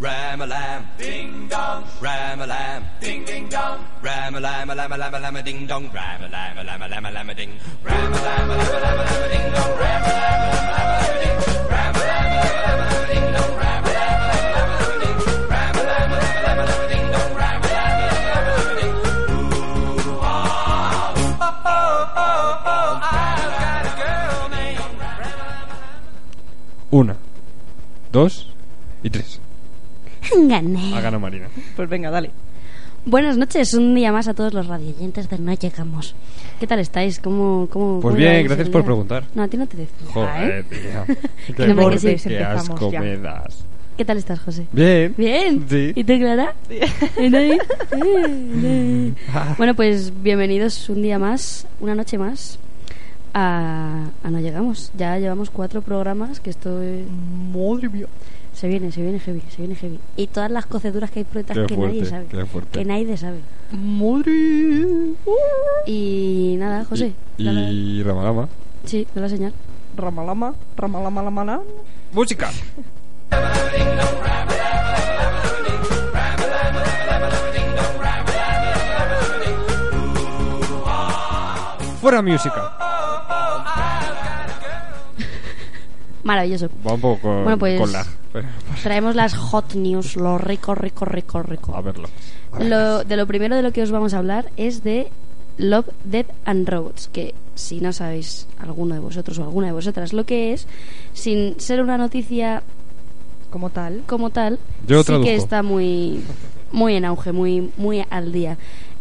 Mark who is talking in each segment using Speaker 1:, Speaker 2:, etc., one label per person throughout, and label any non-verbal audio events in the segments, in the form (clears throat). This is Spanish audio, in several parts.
Speaker 1: Ram a lam,
Speaker 2: Ding dong,
Speaker 1: ram a lam,
Speaker 2: ding ding dong,
Speaker 1: ram a lam a lam a lam a lam a ding dong, ram a lam a lam a lam a lam a ding, ram a lam a lam a lam a lam a ding dong, ram a lam a lam a lam a ding, ram a lam a lam a lam a lam a ding dong, ram a lam a lam a lam a lam a ding, ram a lam a lam a lam a lam a ding dong, ram a lam a lam a lam a lam a ding.
Speaker 3: Una, dos y tres.
Speaker 4: Gané.
Speaker 3: Ha ganado Ah,
Speaker 4: (laughs)
Speaker 3: Marina.
Speaker 5: Pues venga, dale.
Speaker 4: Buenas noches, un día más a todos los radioyentes de No Llegamos. ¿Qué tal estáis? ¿Cómo, cómo,
Speaker 3: Pues
Speaker 4: cómo
Speaker 3: bien,
Speaker 4: lleváis
Speaker 3: gracias
Speaker 4: el
Speaker 3: por
Speaker 4: día?
Speaker 3: preguntar.
Speaker 4: No, a ti no te decía. ¿eh?
Speaker 3: Joder, tía.
Speaker 4: (laughs) Que no me
Speaker 3: borde,
Speaker 4: queréis,
Speaker 3: qué
Speaker 5: empezamos
Speaker 3: asco
Speaker 5: ya.
Speaker 3: me das.
Speaker 4: ¿Qué tal estás, José?
Speaker 3: Bien.
Speaker 4: Bien.
Speaker 3: Sí.
Speaker 4: ¿Y tú, Clara? Bien, ahí.
Speaker 5: (laughs)
Speaker 4: Bien,
Speaker 3: Ah.
Speaker 4: ahí. bueno, pues bienvenidos un día más, una noche más a, a No Llegamos. Ya llevamos cuatro programas, que esto es-
Speaker 5: Madre mía.
Speaker 4: se viene, se viene heavy, se viene heavy. Y todas las coceduras que hay por detrás
Speaker 3: Qué
Speaker 4: que nadie
Speaker 3: fuerte,
Speaker 4: sabe.
Speaker 3: qué fuerte.
Speaker 4: Que nadie sabe.
Speaker 5: Madre.
Speaker 4: Y nada, José.
Speaker 3: Y,
Speaker 4: dale-
Speaker 3: y Ramalama.
Speaker 4: Sí, da la señal.
Speaker 5: Ramalama, ramalama, lamana.
Speaker 3: Música. Fuera música.
Speaker 4: Maravilloso.
Speaker 3: Va un poco con,
Speaker 4: Bueno, pues-
Speaker 3: con lag. pero-
Speaker 4: Traemos las hot news, lo rico, rico, rico, rico.
Speaker 3: A verlo.
Speaker 4: Lo- de lo primero de lo que os vamos a hablar es de Love, Death and Robots, que si no sabéis alguno de vosotros o alguna de vosotras lo que es, sin ser una noticia
Speaker 5: Como tal.
Speaker 4: como tal,
Speaker 3: Yo
Speaker 4: sí
Speaker 3: traduzco.
Speaker 4: que está muy, muy en auge, muy, muy al día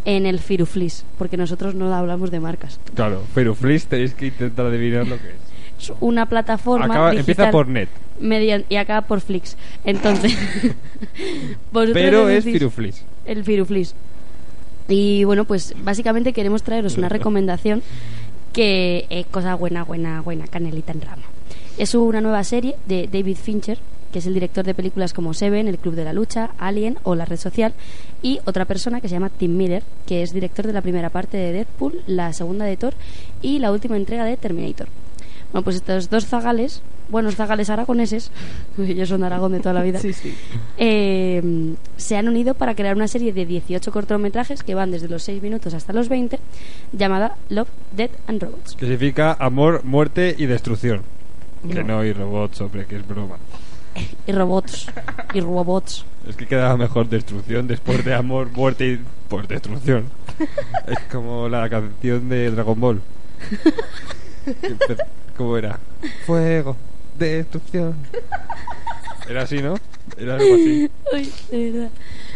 Speaker 4: en el Firuflis, porque nosotros no hablamos de marcas.
Speaker 3: Claro, pero Fris tenéis que intentar adivinar lo que es.
Speaker 4: Es una plataforma
Speaker 3: Acaba-
Speaker 4: digital
Speaker 3: empieza por net,
Speaker 4: median- y acaba por Flix.
Speaker 3: (laughs)
Speaker 4: Entonces, vosotros
Speaker 3: pero
Speaker 4: le
Speaker 3: es
Speaker 4: decís-
Speaker 3: Firuflis.
Speaker 4: El Firuflis. Y bueno, pues básicamente queremos traeros una recomendación que es cosa buena, buena, buena, canelita en rama. Es una nueva serie de David Fincher, que es el director de películas como Seven, El Club de la Lucha, Alien o La Red Social, y otra persona que se llama Tim Miller, que es director de la primera parte de Deadpool, la segunda de Thor y la última entrega de Terminator. Bueno, pues estos dos zagales, buenos zagales aragoneses, (laughs) ellos son de Aragón de toda la vida,
Speaker 5: Sí, sí.
Speaker 4: eh, se han unido para crear una serie de 18 cortometrajes que van desde los 6 minutos hasta los 20, llamada Love, Death and Robots.
Speaker 3: Que significa amor, muerte y destrucción. Que
Speaker 4: No.
Speaker 3: no hay robots, hombre, que es broma.
Speaker 4: Y robots. Y robots.
Speaker 3: Es que quedaba mejor destrucción después de amor, muerte y. Pues
Speaker 4: (laughs)
Speaker 3: destrucción. es como la canción de Dragon Ball. Que empe- ¿Cómo era? Fuego, destrucción. Era así, ¿no? Era algo
Speaker 4: (laughs)
Speaker 3: así.
Speaker 4: Ay, de verdad.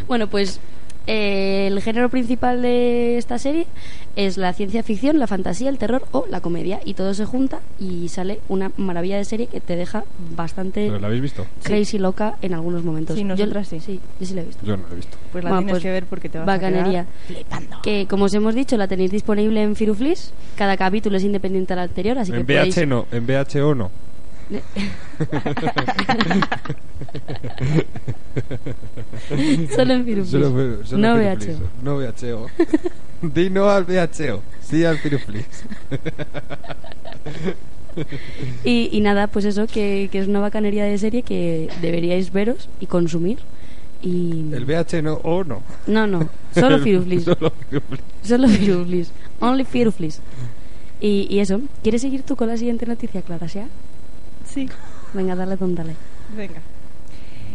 Speaker 4: Bueno, pues eh, el género principal de esta serie es la ciencia ficción, la fantasía, el terror o la comedia. Y todo se junta y sale una maravilla de serie que te deja bastante
Speaker 3: ¿Pero lo habéis visto?
Speaker 4: crazy loca en algunos momentos.
Speaker 5: Sí, nosotras
Speaker 4: yo,
Speaker 5: sí.
Speaker 4: yo sí la he visto.
Speaker 3: Yo no lo he visto.
Speaker 5: Pues la
Speaker 4: Bueno,
Speaker 5: tienes
Speaker 4: pues
Speaker 5: que ver porque te vas
Speaker 4: bacanería.
Speaker 5: a quedar flipando.
Speaker 4: Que como os hemos dicho, la tenéis disponible en Firuflis. Cada capítulo es independiente al anterior, así que
Speaker 3: en
Speaker 4: podéis...
Speaker 3: VH no, en VHO no.
Speaker 4: (laughs) Solo en Firuflis.
Speaker 3: Solo fue- solo
Speaker 4: no
Speaker 3: Firuflis.
Speaker 4: VHO.
Speaker 3: No VHO. (laughs) Di no al VHO. Sí al Firuflis.
Speaker 4: (laughs) Y, y nada, pues eso, que, que es una bacanería de serie que deberíais veros y consumir. Y...
Speaker 3: El VH no o no.
Speaker 4: No, no,
Speaker 3: (laughs)
Speaker 4: solo Firuflis.
Speaker 3: Solo Firuflis.
Speaker 4: solo Firuflis. Only Firuflis. Y, y eso, ¿quieres seguir tú con la siguiente noticia, Clara? ¿Sí?
Speaker 5: Sí.
Speaker 4: Venga, dale, don, dale.
Speaker 5: Venga.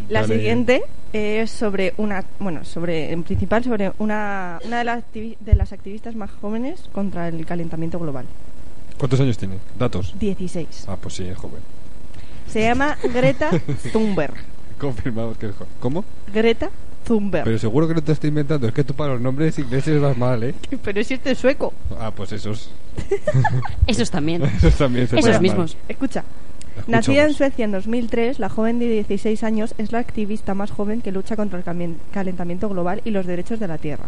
Speaker 5: La
Speaker 3: Dale.
Speaker 5: siguiente es sobre una, bueno, sobre en principal sobre una, una de, las activi- de las activistas más jóvenes contra el calentamiento global.
Speaker 3: ¿Cuántos años tiene? Datos.
Speaker 5: 16.
Speaker 3: Ah, pues sí, es joven. (laughs)
Speaker 5: Se llama Greta Thunberg.
Speaker 3: Confirmamos que es joven. ¿Cómo?
Speaker 5: Greta Thunberg.
Speaker 3: Pero seguro que no te estoy inventando. Es que tú para los nombres ingleses vas mal, ¿eh?
Speaker 5: Pero si este es sueco.
Speaker 3: Ah, pues esos. (laughs)
Speaker 4: Esos también.
Speaker 3: Esos también se
Speaker 4: Esos
Speaker 3: llevan
Speaker 4: mismos.
Speaker 3: mal.
Speaker 5: Escucha.
Speaker 3: Escucha,
Speaker 5: Nacida en
Speaker 3: pues.
Speaker 5: Suecia en 2003, la joven de 16 años es la activista más joven que lucha contra el camien- calentamiento global y los derechos de la Tierra.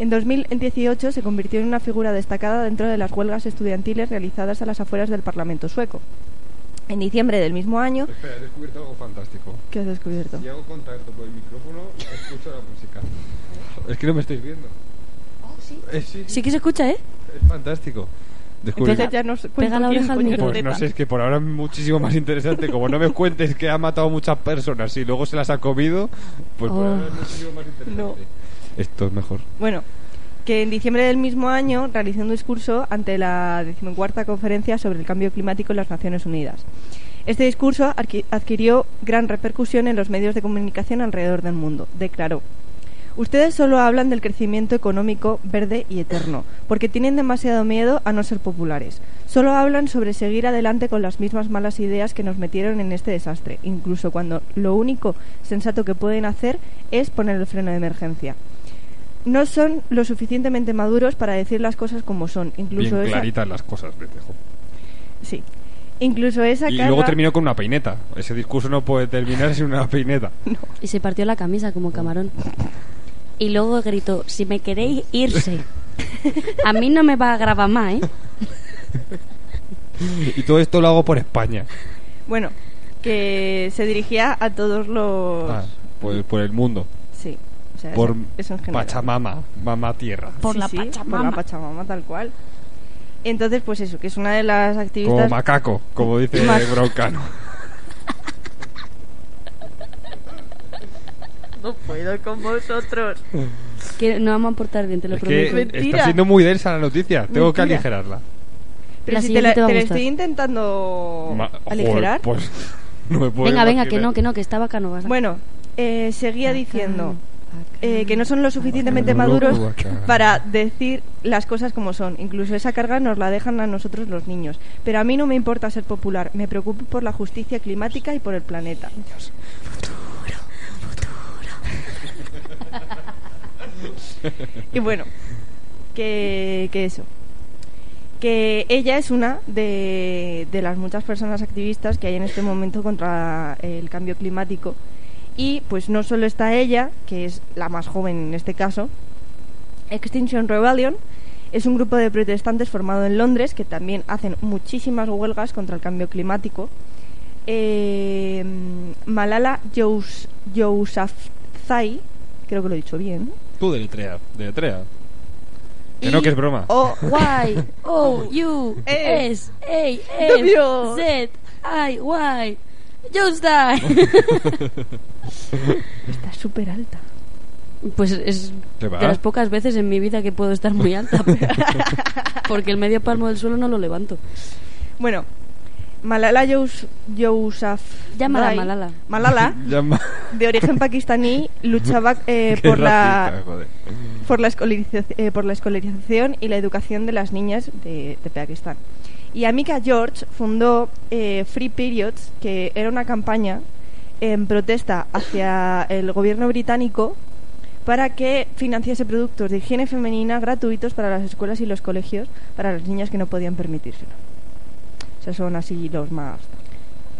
Speaker 5: En 2018 se convirtió en una figura destacada dentro de las huelgas estudiantiles realizadas a las afueras del Parlamento sueco. En diciembre del mismo año,
Speaker 3: Espera, he descubierto algo fantástico.
Speaker 5: ¿qué has descubierto?
Speaker 3: hago contacto con el micrófono, escucho la música. Es que no me estáis viendo. sí.
Speaker 5: Oh,
Speaker 4: Sí que se escucha, ¿eh?
Speaker 3: Es fantástico. descubrir.
Speaker 5: Entonces ya nos cuento
Speaker 4: Pega la
Speaker 5: quién
Speaker 4: oreja al
Speaker 5: coño
Speaker 4: micro.
Speaker 5: es
Speaker 3: Pues no
Speaker 5: Teta.
Speaker 3: sé, es que por ahora es muchísimo más interesante. Como no me cuentes que ha matado muchas personas y luego se las ha comido, pues por
Speaker 4: Oh.
Speaker 3: ahora es muchísimo más interesante.
Speaker 5: No.
Speaker 3: Esto es mejor.
Speaker 5: Bueno, que en diciembre del mismo año realizó un discurso ante la decimocuarta conferencia sobre el cambio climático en las Naciones Unidas. Este discurso arqui- adquirió gran repercusión en los medios de comunicación alrededor del mundo. Declaró. Ustedes solo hablan del crecimiento económico verde y eterno, porque tienen demasiado miedo a no ser populares. Solo hablan sobre seguir adelante con las mismas malas ideas que nos metieron en este desastre, incluso cuando lo único sensato que pueden hacer es poner el freno de emergencia no son lo suficientemente maduros para decir las cosas como son. Incluso
Speaker 3: Bien
Speaker 5: esa,
Speaker 3: claritas las cosas, les dejo.
Speaker 5: sí. Incluso esa
Speaker 3: Y
Speaker 5: cara-
Speaker 3: luego terminó con una peineta. Ese discurso no puede terminar sin una peineta.
Speaker 4: Y se partió la camisa como camarón. Y luego gritó, si me queréis, irse. A mí no me va a grabar más, ¿eh?
Speaker 3: Y todo esto lo hago por España.
Speaker 5: Bueno, que se dirigía a todos los
Speaker 3: Ah, por, por el mundo.
Speaker 5: sí, o sea,
Speaker 3: Por
Speaker 5: eso- eso en general.
Speaker 3: Pachamama, mamá tierra.
Speaker 4: Por
Speaker 5: Sí,
Speaker 4: la
Speaker 5: sí,
Speaker 4: Pachamama.
Speaker 5: por la Pachamama tal cual. Entonces, pues eso, que es una de las
Speaker 3: Como
Speaker 5: activistas
Speaker 3: macaco, como dice
Speaker 5: Ma- (laughs)
Speaker 3: Broncano.
Speaker 5: No puedo con vosotros.
Speaker 4: Que no vamos a portar bien, te lo
Speaker 3: Es
Speaker 4: prometo.
Speaker 3: que
Speaker 5: Mentira.
Speaker 3: está siendo muy densa la noticia. Tengo que
Speaker 5: Mentira.
Speaker 3: aligerarla.
Speaker 5: Pero
Speaker 4: La
Speaker 5: si te
Speaker 4: siguiente
Speaker 5: la,
Speaker 4: te va a
Speaker 5: te la
Speaker 4: gustar.
Speaker 5: estoy intentando
Speaker 3: Ma- joder,
Speaker 5: aligerar.
Speaker 3: pues (laughs) no me puedo
Speaker 4: Venga, venga, que
Speaker 3: imaginar.
Speaker 4: no, que no, que está bacano. bacano.
Speaker 5: Bueno, eh, seguía diciendo
Speaker 4: Bacano,
Speaker 5: eh, que no son lo suficientemente
Speaker 3: Bacano,
Speaker 5: maduros
Speaker 3: loco, bacano.
Speaker 5: para decir las cosas como son. Incluso esa carga nos la dejan a nosotros los niños. Pero a mí no me importa ser popular, me preocupo por la justicia climática y por el planeta. Y bueno, que, que eso. Que ella es una de, de las muchas personas activistas que hay en este momento contra el cambio climático. Y pues no solo está ella, que es la más joven en este caso, Extinction Rebellion es un grupo de protestantes formado en Londres que también hacen muchísimas huelgas contra el cambio climático. Eh, Malala Yous- Yousafzai, creo que lo he dicho bien,
Speaker 3: Tú deletrea, deletrea. Que
Speaker 5: Y- Oh,
Speaker 3: no, que es broma.
Speaker 5: o
Speaker 3: (laughs)
Speaker 4: Y, O, U, E, S, A, F,
Speaker 5: W.
Speaker 4: Z, I, Y.
Speaker 3: (laughs)
Speaker 4: Just die.
Speaker 5: Está súper alta.
Speaker 4: Pues es
Speaker 3: ¿Te
Speaker 4: de
Speaker 3: va?
Speaker 4: las pocas veces en mi vida que puedo estar muy alta.
Speaker 3: (laughs)
Speaker 4: Porque el medio palmo del suelo no lo levanto.
Speaker 5: Bueno, Malala Yous, Yousafzai.
Speaker 4: Llámala Malala.
Speaker 3: (laughs)
Speaker 5: Malala,
Speaker 3: Llama-
Speaker 5: de origen
Speaker 3: (laughs)
Speaker 5: pakistaní, luchaba eh,
Speaker 3: Qué
Speaker 5: por la
Speaker 3: racista, joder.
Speaker 5: por la, escolariza- eh, por la escolarización y la educación de las niñas de, de Pakistán. Y Amica George fundó eh, Free Periods, que era una campaña en protesta hacia el gobierno británico para que financiase productos de higiene femenina gratuitos para las escuelas y los colegios para las niñas que no podían permitírselo. O sea, son así los más...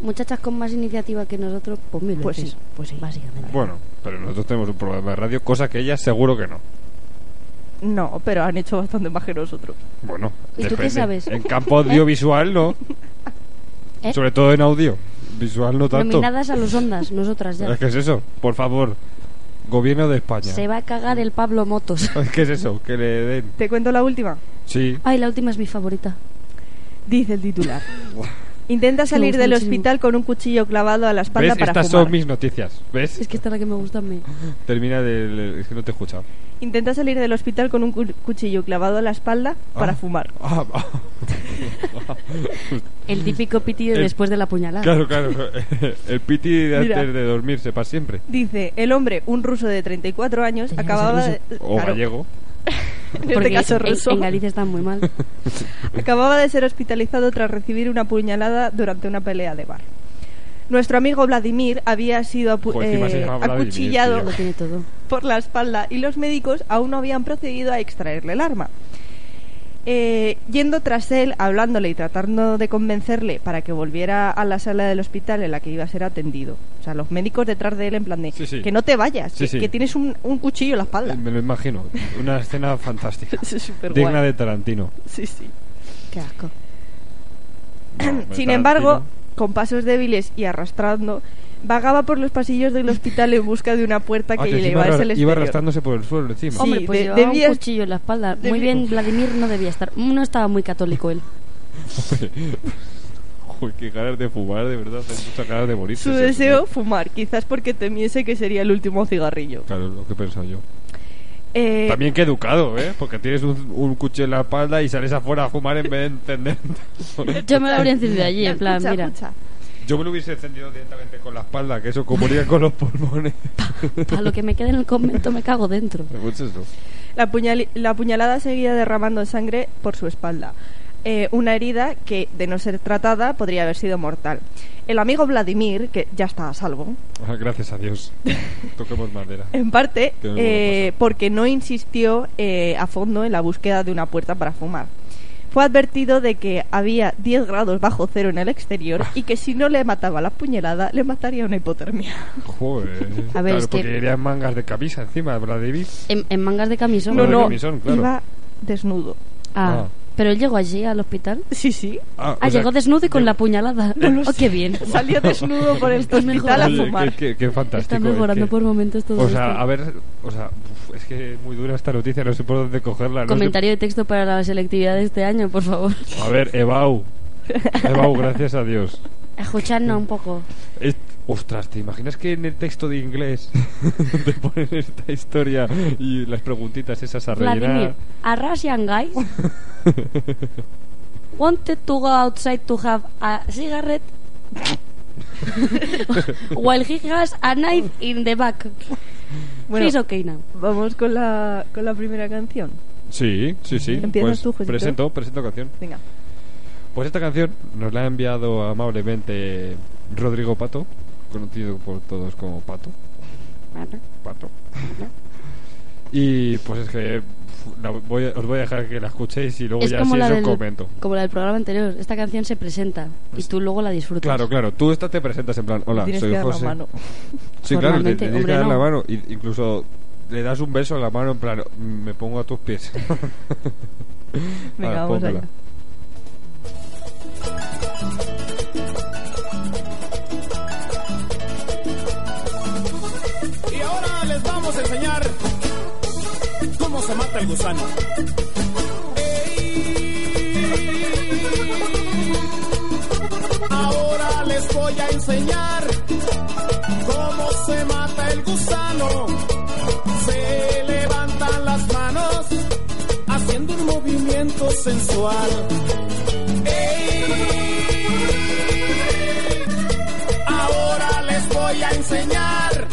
Speaker 4: Muchachas con más iniciativa que nosotros, pues mil
Speaker 5: Pues
Speaker 4: veces,
Speaker 5: sí, pues sí.
Speaker 4: Básicamente.
Speaker 3: Bueno, pero nosotros tenemos un programa de radio, cosa que ella seguro que no.
Speaker 5: No, pero han hecho bastante más que nosotros.
Speaker 3: Bueno,
Speaker 4: ¿Y tú qué
Speaker 3: depende.
Speaker 4: sabes?
Speaker 3: En campo audiovisual no,
Speaker 4: (laughs) ¿Eh?
Speaker 3: sobre todo en audio. Visual no tanto.
Speaker 4: Nominadas a los ondas, nosotras ya.
Speaker 3: ¿Qué es eso? Por favor, gobierno de España.
Speaker 4: Se va a cagar el
Speaker 3: (laughs)
Speaker 4: Pablo Motos.
Speaker 3: ¿Qué (laughs) es eso? Que le den.
Speaker 5: ¿Te cuento la última?
Speaker 3: Sí.
Speaker 4: Ay, la última es mi favorita.
Speaker 5: Dice el
Speaker 4: (laughs)
Speaker 5: titular. Intenta
Speaker 4: Es que me
Speaker 5: salir
Speaker 4: gusta
Speaker 5: del
Speaker 4: muchísimo.
Speaker 5: hospital con un cuchillo clavado a la espalda
Speaker 3: ¿Ves?
Speaker 5: para
Speaker 3: Estas
Speaker 5: fumar.
Speaker 3: son mis noticias. ¿Ves?
Speaker 4: Es que esta es la que me gusta a mí.
Speaker 3: Termina del. Es que no te he
Speaker 4: (laughs)
Speaker 3: escuchado.
Speaker 5: Intenta salir del hospital con un cu- cuchillo clavado a la espalda para
Speaker 3: Ah.
Speaker 5: fumar.
Speaker 3: Ah, ah.
Speaker 4: El típico pitido
Speaker 3: Mm. El-
Speaker 4: después de la puñalada.
Speaker 3: Claro, claro. El piti de
Speaker 5: Mira.
Speaker 3: antes de dormirse, para siempre.
Speaker 5: Dice, el hombre, un ruso de 34 años,
Speaker 4: Tenía que
Speaker 5: acababa
Speaker 4: ser
Speaker 5: de,
Speaker 3: O
Speaker 5: claro,
Speaker 3: Oh, gallego.
Speaker 5: en
Speaker 4: Porque
Speaker 5: este caso
Speaker 4: en-
Speaker 5: ruso,
Speaker 4: En, Galicia están
Speaker 3: (laughs)
Speaker 4: muy mal.
Speaker 5: acababa de ser hospitalizado tras recibir una puñalada durante una pelea de bar. Nuestro amigo Vladimir había sido apu-
Speaker 3: Pues encima se
Speaker 5: eh,
Speaker 3: llama Vladimir,
Speaker 5: acuchillado
Speaker 4: Lo tiene todo.
Speaker 5: por la espalda y los médicos aún no habían procedido a extraerle el arma. Eh, yendo tras él, hablándole y tratando de convencerle para que volviera a la sala del hospital en la que iba a ser atendido. O sea, los médicos detrás de él en plan de
Speaker 3: Sí, sí.
Speaker 5: que no te vayas,
Speaker 3: Sí,
Speaker 5: que,
Speaker 3: sí.
Speaker 5: que tienes un, un cuchillo en la espalda.
Speaker 3: Me lo imagino. Una escena
Speaker 4: (laughs)
Speaker 3: fantástica.
Speaker 5: (laughs) Eso es superguay.
Speaker 3: Digna de
Speaker 4: (clears throat)
Speaker 3: Tarantino.
Speaker 5: Sí,
Speaker 3: (clears throat)
Speaker 5: sí.
Speaker 4: Qué asco.
Speaker 3: No, de
Speaker 5: Sin embargo,
Speaker 3: Tarantino.
Speaker 5: con pasos débiles y arrastrando, Vagaba por los pasillos del hospital en busca de una puerta
Speaker 3: Ah,
Speaker 5: que
Speaker 3: que
Speaker 5: elevaba
Speaker 3: encima
Speaker 5: hacia el
Speaker 3: iba
Speaker 5: exterior.
Speaker 3: arrastrándose por el suelo encima.
Speaker 5: Sí.
Speaker 4: Hombre, pues
Speaker 5: de-
Speaker 4: llevaba
Speaker 5: debías-
Speaker 4: un cuchillo en la espalda. Muy
Speaker 5: debí-
Speaker 4: bien, Vladimir no debía estar. No estaba muy católico él.
Speaker 3: (laughs) Joder, qué ganas de fumar, de verdad. Hay muchas ganas de morir.
Speaker 5: Su deseo, fumar, quizás porque temiese que sería el último cigarrillo.
Speaker 3: Claro, es lo que he pensado yo.
Speaker 5: Eh,
Speaker 3: También que educado, ¿eh? Porque tienes un, un cuchillo en la espalda y sales afuera a fumar en vez de encender.
Speaker 4: Yo me lo habría encendido allí, en plan,
Speaker 5: escucha,
Speaker 4: mira.
Speaker 5: escucha.
Speaker 3: (laughs) Yo me lo hubiese encendido directamente con la espalda, que eso comunica con los pulmones.
Speaker 4: Para lo que me quede en el convento me cago dentro.
Speaker 3: (laughs) Pues eso.
Speaker 5: La, puñali- la puñalada seguía derramando sangre por su espalda. Eh, una herida que, de no ser tratada, podría haber sido mortal. El amigo Vladimir, que ya está a salvo,
Speaker 3: Ah, Gracias a Dios. Toquemos madera.
Speaker 5: en parte
Speaker 3: Que no le
Speaker 5: eh,
Speaker 3: vuelva a pasar.
Speaker 5: porque no insistió eh, a fondo en la búsqueda de una puerta para fumar. Fue advertido de que había 10 grados bajo cero en el exterior y que si no le mataba la puñalada, le mataría una hipotermia.
Speaker 3: Joder.
Speaker 4: A ver,
Speaker 3: claro,
Speaker 4: es que-
Speaker 3: porque iría en mangas de camisa encima, Vladimir.
Speaker 4: En, en mangas de camisón.
Speaker 3: No,
Speaker 5: No,
Speaker 3: de
Speaker 5: no,
Speaker 3: camisón, claro.
Speaker 5: iba desnudo.
Speaker 4: Ah,
Speaker 3: Ah.
Speaker 4: pero él llegó allí al hospital.
Speaker 5: Sí, sí.
Speaker 3: Ah,
Speaker 4: Ah,
Speaker 3: o sea,
Speaker 4: llegó desnudo y con
Speaker 3: de- (laughs)
Speaker 4: la puñalada.
Speaker 5: lo
Speaker 4: oh,
Speaker 5: sé.
Speaker 4: qué bien.
Speaker 5: Salía desnudo por el
Speaker 4: Está
Speaker 5: hospital a
Speaker 4: mejorando.
Speaker 3: Oye,
Speaker 5: fumar.
Speaker 3: Qué, qué- qué fantástico.
Speaker 4: Está
Speaker 3: es
Speaker 4: mejorando
Speaker 3: que-
Speaker 4: por momentos todo
Speaker 3: O sea,
Speaker 4: esto.
Speaker 3: a ver, o sea, uf, es que es muy dura esta noticia, no sé por dónde cogerla. no sé-
Speaker 4: Comentario de texto para la selectividad de este año, por favor.
Speaker 3: A ver,
Speaker 5: (laughs)
Speaker 3: Evau. Evau, gracias a Dios.
Speaker 4: Escuchadnos un poco.
Speaker 3: Es- Ostras, ¿te imaginas que en el texto de inglés (laughs) te ponen esta historia y las preguntitas esas a
Speaker 4: Vladimir,
Speaker 3: rellenar?
Speaker 4: a
Speaker 3: (laughs)
Speaker 4: Russian guy wanted to go outside to have a
Speaker 3: (laughs)
Speaker 4: cigarette while he has a knife in the back.
Speaker 5: Bueno,
Speaker 4: He's okay now.
Speaker 5: Vamos con la, con la primera canción.
Speaker 3: Sí, sí, sí.
Speaker 5: Empiezas
Speaker 3: Pues
Speaker 5: tú, Josito.
Speaker 3: Presento, presento canción.
Speaker 5: Venga.
Speaker 3: Pues esta canción nos la ha enviado amablemente Rodrigo Pato, conocido por todos como Pato. Pato. Y pues es que uf, la voy a- os voy a dejar que la escuchéis y luego
Speaker 4: Es
Speaker 3: ya
Speaker 4: como
Speaker 3: si
Speaker 4: la,
Speaker 3: eso
Speaker 4: del,
Speaker 3: comento. Pues
Speaker 4: como la del programa anterior. Esta canción se presenta y tú luego la disfrutas.
Speaker 3: Claro, claro. Tú esta te presentas en plan, hola,
Speaker 5: Tienes
Speaker 3: soy
Speaker 5: que dar
Speaker 3: José.
Speaker 5: la mano.
Speaker 3: Sí, claro, te
Speaker 4: Formalmente,
Speaker 3: tienes que
Speaker 4: hombre,
Speaker 3: dar
Speaker 4: no.
Speaker 3: la mano. I- Incluso le das un beso a la mano en plan, me pongo a tus pies. (laughs)
Speaker 5: Venga,
Speaker 3: Ahora,
Speaker 5: vamos
Speaker 3: póngala.
Speaker 5: allá.
Speaker 6: Y ahora les vamos a enseñar cómo se mata el gusano. ¡Ey! Ahora les voy a enseñar cómo se mata el gusano. Se levantan las manos haciendo un movimiento sensual. ¡Ey! Ahora les voy a enseñar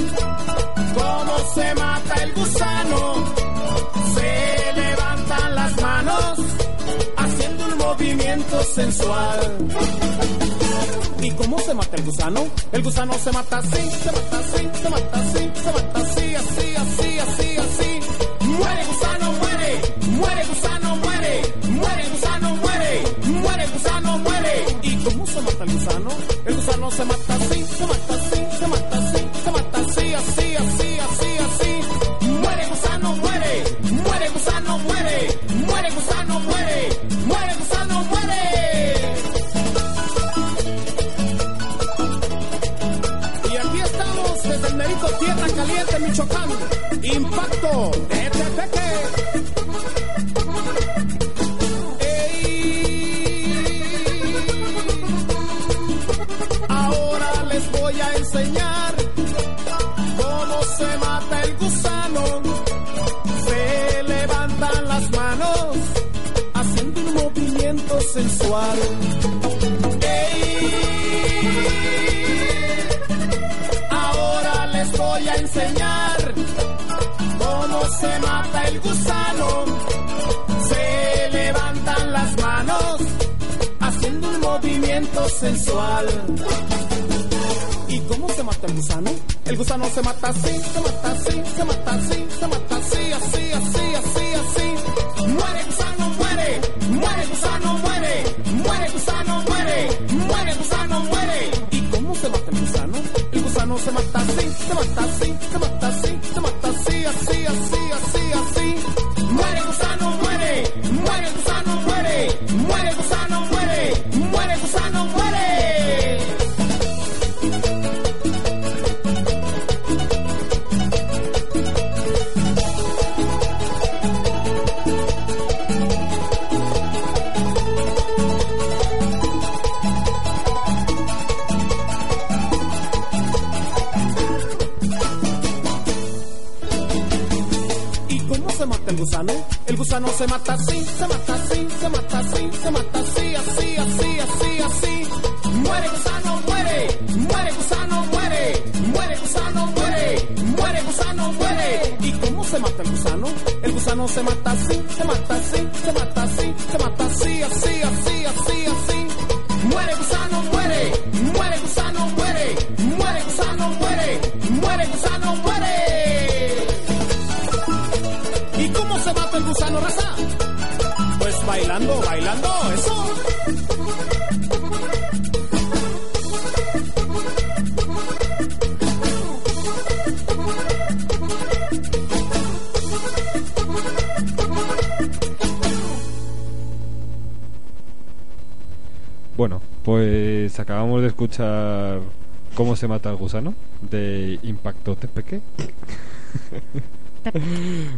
Speaker 6: cómo se mata el gusano. Se levantan las manos haciendo un movimiento sensual. ¿Y cómo se mata el gusano? El gusano se mata así, se mata así, se mata así, se mata así, así, así, así, así. Muere gusano, muere, muere gusano, muere, muere gusano, muere, muere gusano, muere. ¿Y cómo se mata el gusano? El gusano se mata así, se mata así, se mata así, se mata así, así, así, así, así. Muere gusano, muere, muere gusano, muere, muere gusano, muere, muere gusano, muere. Y aquí estamos desde el Merico Tierra Caliente, Michoacán. Impacto de Tepeque. Ey. Ahora les voy a enseñar cómo se mata el gusano. Se levantan las manos haciendo un movimiento sensual. Ey. Ahora les voy a enseñar cómo se mata el gusano. Se levantan las manos haciendo un movimiento sensual. ¿Y cómo se mata el gusano? El gusano se mata así, se mata así, se mata así, se mata así, así, así, así, así. Muere gusano, muere, muere gusano, muere, muere gusano, muere, muere gusano, muere. ¿Y cómo se mata el gusano? El gusano se mata así, se mata así, se mata así, se mata así, así, así, así, así. Muere gusano, muere, muere gusano, muere, muere gusano, muere, muere gusano, muere. pues el gusano. El gusano se mata así, se mata así, se mata así, se mata así, así, así, así, así. Muere gusano, muere, muere gusano, muere, muere gusano, muere, muere gusano, muere. ¿Y cómo se mata el gusano? El gusano se mata así, se mata así, se mata así, se mata así, así, así, así, así. Muere gusano, muere, muere gusano, muere, muere gusano, muere, muere gusano, muere. ¿Y cómo se mata el gusano raza? Pues bailando, bailando, eso.
Speaker 3: Bueno, pues acabamos de escuchar Cómo se mata el gusano de Impacto Tepeque.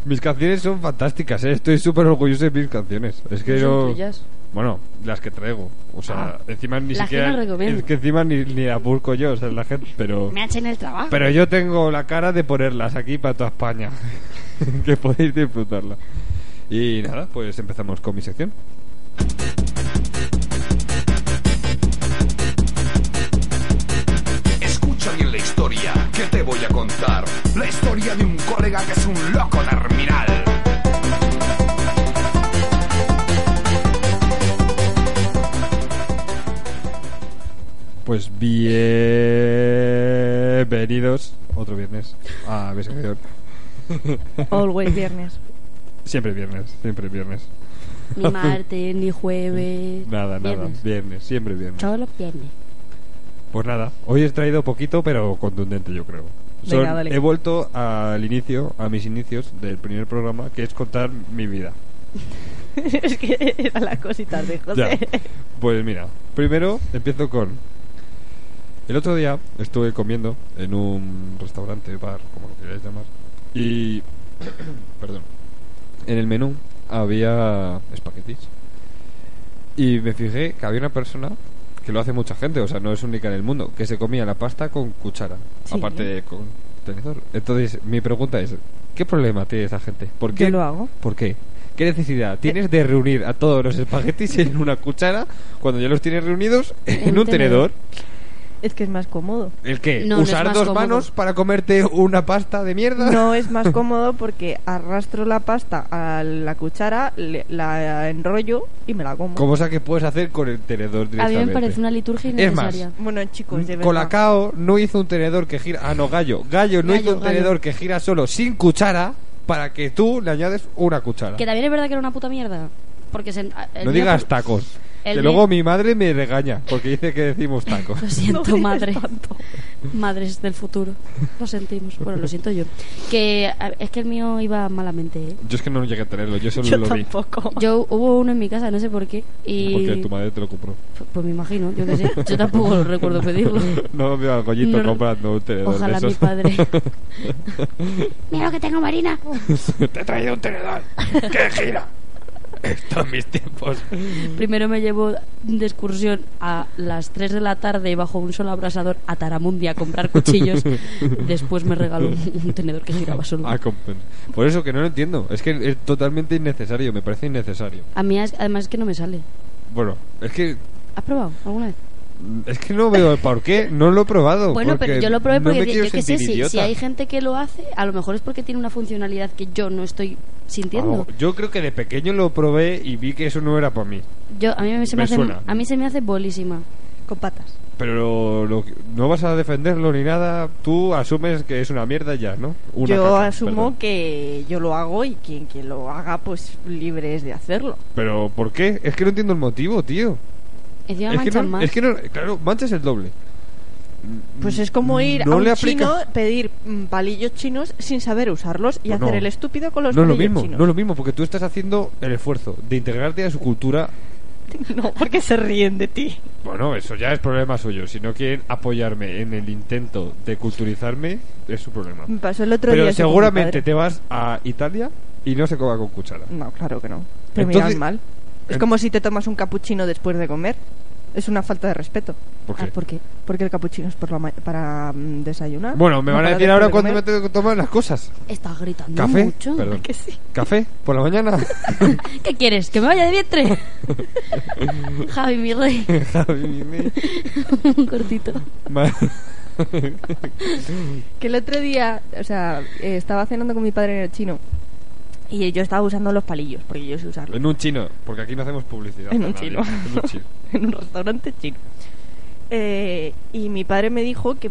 Speaker 3: mis canciones son fantásticas, ¿eh? estoy súper orgulloso de mis canciones. Es que
Speaker 4: Pues Son
Speaker 3: yo-
Speaker 4: tuyas.
Speaker 3: Bueno, las que traigo. O sea, encima ni
Speaker 4: la
Speaker 3: siquiera.
Speaker 4: gente Ah, las recomienda.
Speaker 3: es que encima ni, ni las busco yo, o sea, la gente. Pero,
Speaker 4: Me ha hecho en el trabajo.
Speaker 3: pero yo tengo la cara de ponerlas aquí para toda España. (laughs) que podéis disfrutarla. Y nada, pues empezamos con mi sección.
Speaker 7: Escucha bien la historia que te voy a contar. La historia de un colega que es un loco terminal.
Speaker 3: Pues bienvenidos otro viernes a mi sección.
Speaker 5: Always viernes.
Speaker 3: (laughs)
Speaker 5: (laughs)
Speaker 3: Siempre viernes, siempre viernes.
Speaker 4: Ni martes, ni jueves.
Speaker 3: Nada, nada,
Speaker 4: viernes.
Speaker 3: viernes, siempre viernes.
Speaker 4: Todos los viernes.
Speaker 3: Pues nada, hoy he traído poquito, pero contundente, yo creo. Son-
Speaker 5: Venga, dale.
Speaker 3: he vuelto al inicio, a mis inicios del primer programa, que es contar mi vida.
Speaker 5: es que eran las cositas de
Speaker 3: Ya.
Speaker 5: José.
Speaker 3: Pues mira, primero empiezo con. El otro día estuve comiendo en un restaurante, bar, como lo queráis llamar, y. (coughs) perdón. En el menú había espaguetis. Y me fijé que había una persona que lo hace mucha gente, o sea, no es única en el mundo, que se comía la pasta con cuchara,
Speaker 5: Sí.
Speaker 3: aparte de con tenedor. Entonces, mi pregunta es: ¿qué problema tiene esa gente? ¿Por qué
Speaker 5: Yo lo hago.
Speaker 3: ¿Por qué? ¿Qué necesidad tienes de reunir a todos los espaguetis en una cuchara cuando ya los tienes reunidos en
Speaker 4: En
Speaker 3: un
Speaker 4: tenedor.
Speaker 3: tenedor?
Speaker 5: Es que es más cómodo.
Speaker 3: ¿El qué?
Speaker 4: No, no es
Speaker 3: ¿Usar
Speaker 4: más
Speaker 3: dos
Speaker 4: cómodo.
Speaker 3: manos para comerte una pasta de mierda?
Speaker 5: No es más cómodo porque arrastro la pasta a la cuchara, le- la enrollo y me la como.
Speaker 3: Cosa que puedes hacer con el tenedor
Speaker 4: A mí
Speaker 3: directamente.
Speaker 4: me parece una liturgia
Speaker 3: Es más,
Speaker 4: innecesaria.
Speaker 5: Bueno, chicos, de Pues verdad.
Speaker 3: Colacao no hizo un tenedor que gira... Ah, no, Gallo. Gallo no
Speaker 4: Gallo,
Speaker 3: hizo un
Speaker 4: Gallo.
Speaker 3: tenedor que gira solo sin cuchara para que tú le añades una cuchara.
Speaker 4: Que también es verdad que era una puta mierda. Porque se, ah, el
Speaker 3: No
Speaker 4: día-
Speaker 3: digas tacos.
Speaker 4: el
Speaker 3: Que
Speaker 4: día-
Speaker 3: luego mi madre me regaña porque dice que decimos
Speaker 4: (laughs)
Speaker 3: tacos.
Speaker 4: Lo
Speaker 5: No
Speaker 4: siento,
Speaker 5: digas
Speaker 4: madre.
Speaker 5: tanto.
Speaker 4: Madres del futuro. Lo sentimos. Bueno, lo siento yo. Que a- es que el mío iba malamente. ¿eh?
Speaker 3: Yo es que no llegué a tenerlo, yo solo
Speaker 5: Yo
Speaker 3: lo vi.
Speaker 5: tampoco.
Speaker 4: Yo hubo uno en mi casa, no sé por qué. Y
Speaker 3: Porque tu madre te lo compró.
Speaker 4: Pues- Pues me imagino, yo qué sé. Yo tampoco lo recuerdo pedirlo.
Speaker 3: (laughs) No veo al gollito
Speaker 4: No, no.
Speaker 3: comprando un tenedor
Speaker 4: Ojalá
Speaker 3: de esos.
Speaker 4: mi padre.
Speaker 3: (laughs)
Speaker 4: Mira lo que tengo, Marina.
Speaker 7: Te he traído un (laughs) tenedor que gira. Estos mis tiempos.
Speaker 4: Primero me llevo de excursión a las 3 de la tarde bajo un solo abrasador a Taramundi a
Speaker 3: (laughs)
Speaker 4: comprar cuchillos. Después me regaló un, un tenedor que giraba solo.
Speaker 3: Ah, compen- Por eso que no lo entiendo. Es que es totalmente innecesario, me parece innecesario.
Speaker 4: A mí es- además es que no me sale.
Speaker 3: Bueno, es que
Speaker 4: ¿Has probado alguna vez?
Speaker 3: es que no veo el por qué, no lo he probado.
Speaker 4: Bueno, pero yo lo probé
Speaker 3: no
Speaker 4: porque
Speaker 3: me
Speaker 4: di-
Speaker 3: quiero
Speaker 4: yo qué sé,
Speaker 3: sentir
Speaker 4: si, si
Speaker 3: idiota.
Speaker 4: hay gente que lo hace, a lo mejor es porque tiene una funcionalidad que yo no estoy sintiendo.
Speaker 3: Ah, yo creo que de pequeño lo probé y vi que eso no era para mí.
Speaker 4: Yo, a, mí se me
Speaker 3: Me
Speaker 4: hace,
Speaker 3: suena.
Speaker 4: a mí se me hace bolísima.
Speaker 5: Con patas.
Speaker 3: Pero lo que- no vas a defenderlo ni nada, tú asumes que es una mierda y ya, ¿no? Una
Speaker 5: yo
Speaker 3: caca,
Speaker 5: asumo
Speaker 3: perdón.
Speaker 5: que yo lo hago y quien, quien lo haga, pues libre es de hacerlo.
Speaker 3: Pero ¿por qué? Es que no entiendo el motivo, tío.
Speaker 4: Encima
Speaker 3: Es que,
Speaker 4: manchan
Speaker 3: no,
Speaker 4: más.
Speaker 3: es que no, claro, manchas el doble.
Speaker 5: Pues es como ir
Speaker 3: No
Speaker 5: a un
Speaker 3: le
Speaker 5: chino,
Speaker 3: aplicas-
Speaker 5: pedir mm, palillos chinos sin saber usarlos y
Speaker 3: Pues
Speaker 5: hacer
Speaker 3: no.
Speaker 5: el estúpido con los
Speaker 3: no es lo
Speaker 5: palillos
Speaker 3: mismo,
Speaker 5: chinos.
Speaker 3: no es lo mismo, porque tú estás haciendo el esfuerzo de integrarte a su cultura.
Speaker 5: (laughs) No, porque se ríen de ti.
Speaker 3: Bueno, eso ya es problema suyo. Si no quieren apoyarme en el intento de culturizarme, es su problema.
Speaker 5: Me pasó el otro día.
Speaker 3: Pero
Speaker 5: eso con mi
Speaker 3: seguramente
Speaker 5: padre.
Speaker 3: te vas a Italia y no se coma con cuchara.
Speaker 5: No, claro que no. Te
Speaker 3: Entonces-
Speaker 5: miran mal. Es
Speaker 3: en-
Speaker 5: como si te tomas un capuchino después de comer. Es una falta de respeto.
Speaker 3: ¿Por qué?
Speaker 4: Ah, ¿por qué?
Speaker 5: Porque el capuchino es por la ma- para mm, desayunar.
Speaker 3: Bueno, me
Speaker 5: no
Speaker 3: van a
Speaker 5: para
Speaker 3: decir
Speaker 5: después
Speaker 3: ahora
Speaker 5: de
Speaker 3: cuando me
Speaker 5: comer.
Speaker 3: tengo que tomar las cosas.
Speaker 4: Estás gritando
Speaker 3: ¿Café?
Speaker 4: mucho.
Speaker 3: Perdón.
Speaker 5: Que sí.
Speaker 3: ¿Café? ¿Por la
Speaker 5: (laughs)
Speaker 3: mañana?
Speaker 4: (laughs)
Speaker 3: (laughs)
Speaker 4: ¿Qué quieres? ¿Que me vaya de vientre? Javi, mi rey.
Speaker 3: Javi, mi-
Speaker 4: Un
Speaker 3: (laughs)
Speaker 4: cortito.
Speaker 3: Ma- (laughs)
Speaker 5: Que el otro día, o sea, eh, estaba cenando con mi padre en el chino y yo estaba usando los palillos, porque yo sé usarlos.
Speaker 3: en un chino, porque aquí no hacemos publicidad.
Speaker 5: En un
Speaker 3: a nadie.
Speaker 5: chino.
Speaker 3: En un chino.
Speaker 5: (laughs) en un restaurante chino. Eh, y mi padre me dijo que,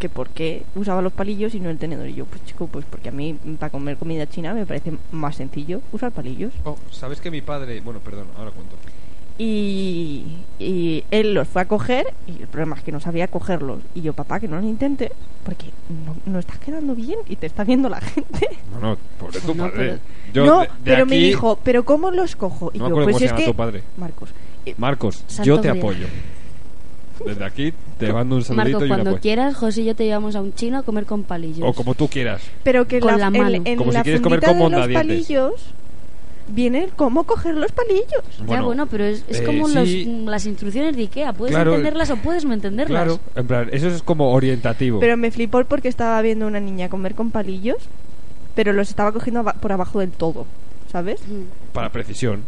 Speaker 5: que por qué usaba los palillos y no el tenedor. Y yo, pues chico, pues porque a mí mm, para comer comida china me parece más sencillo usar palillos.
Speaker 3: Oh, ¿sabes que mi padre... Bueno, perdón, ahora cuento.
Speaker 5: Y, y él los fue a coger y el problema es que no sabía cogerlos. Y yo, papá, que no lo intente porque no, no estás quedando bien y te está viendo la gente.
Speaker 3: Bueno, pobre tu
Speaker 4: No,
Speaker 3: padre. Yo
Speaker 4: pero-
Speaker 5: no,
Speaker 3: de- de
Speaker 5: pero me
Speaker 3: aquí-
Speaker 5: dijo, pero ¿cómo los cojo? Y
Speaker 3: No me
Speaker 5: yo,
Speaker 3: acuerdo
Speaker 5: pues
Speaker 3: cómo se
Speaker 5: es
Speaker 3: llama
Speaker 5: que...
Speaker 3: tu padre.
Speaker 5: Marcos. eh,
Speaker 3: Marcos,
Speaker 4: Santo
Speaker 3: yo te
Speaker 4: grial.
Speaker 3: apoyo. Desde aquí te mando un saludito
Speaker 4: Marcos,
Speaker 3: y una
Speaker 4: cuando
Speaker 3: apoyo.
Speaker 4: quieras, José y yo te llevamos a un chino a comer con palillos.
Speaker 3: O como tú quieras.
Speaker 5: Pero que
Speaker 4: Con
Speaker 5: la-
Speaker 4: la
Speaker 5: en-
Speaker 4: mano.
Speaker 5: en,
Speaker 3: Como si
Speaker 5: la
Speaker 3: quieres comer con
Speaker 5: fundita de los
Speaker 3: mondadientes.
Speaker 5: palillos viene el cómo coger los palillos.
Speaker 4: ya, bueno, pero es, es
Speaker 3: eh,
Speaker 4: como
Speaker 3: sí,
Speaker 4: los- las instrucciones de Ikea. Puedes
Speaker 3: Claro.
Speaker 4: entenderlas o puedes no entenderlas.
Speaker 3: Claro, en plan, eso es como orientativo.
Speaker 5: Pero me flipó porque estaba viendo una niña comer con palillos, pero los estaba cogiendo aba- por abajo del todo, ¿sabes?
Speaker 4: Mm.
Speaker 3: Para precisión.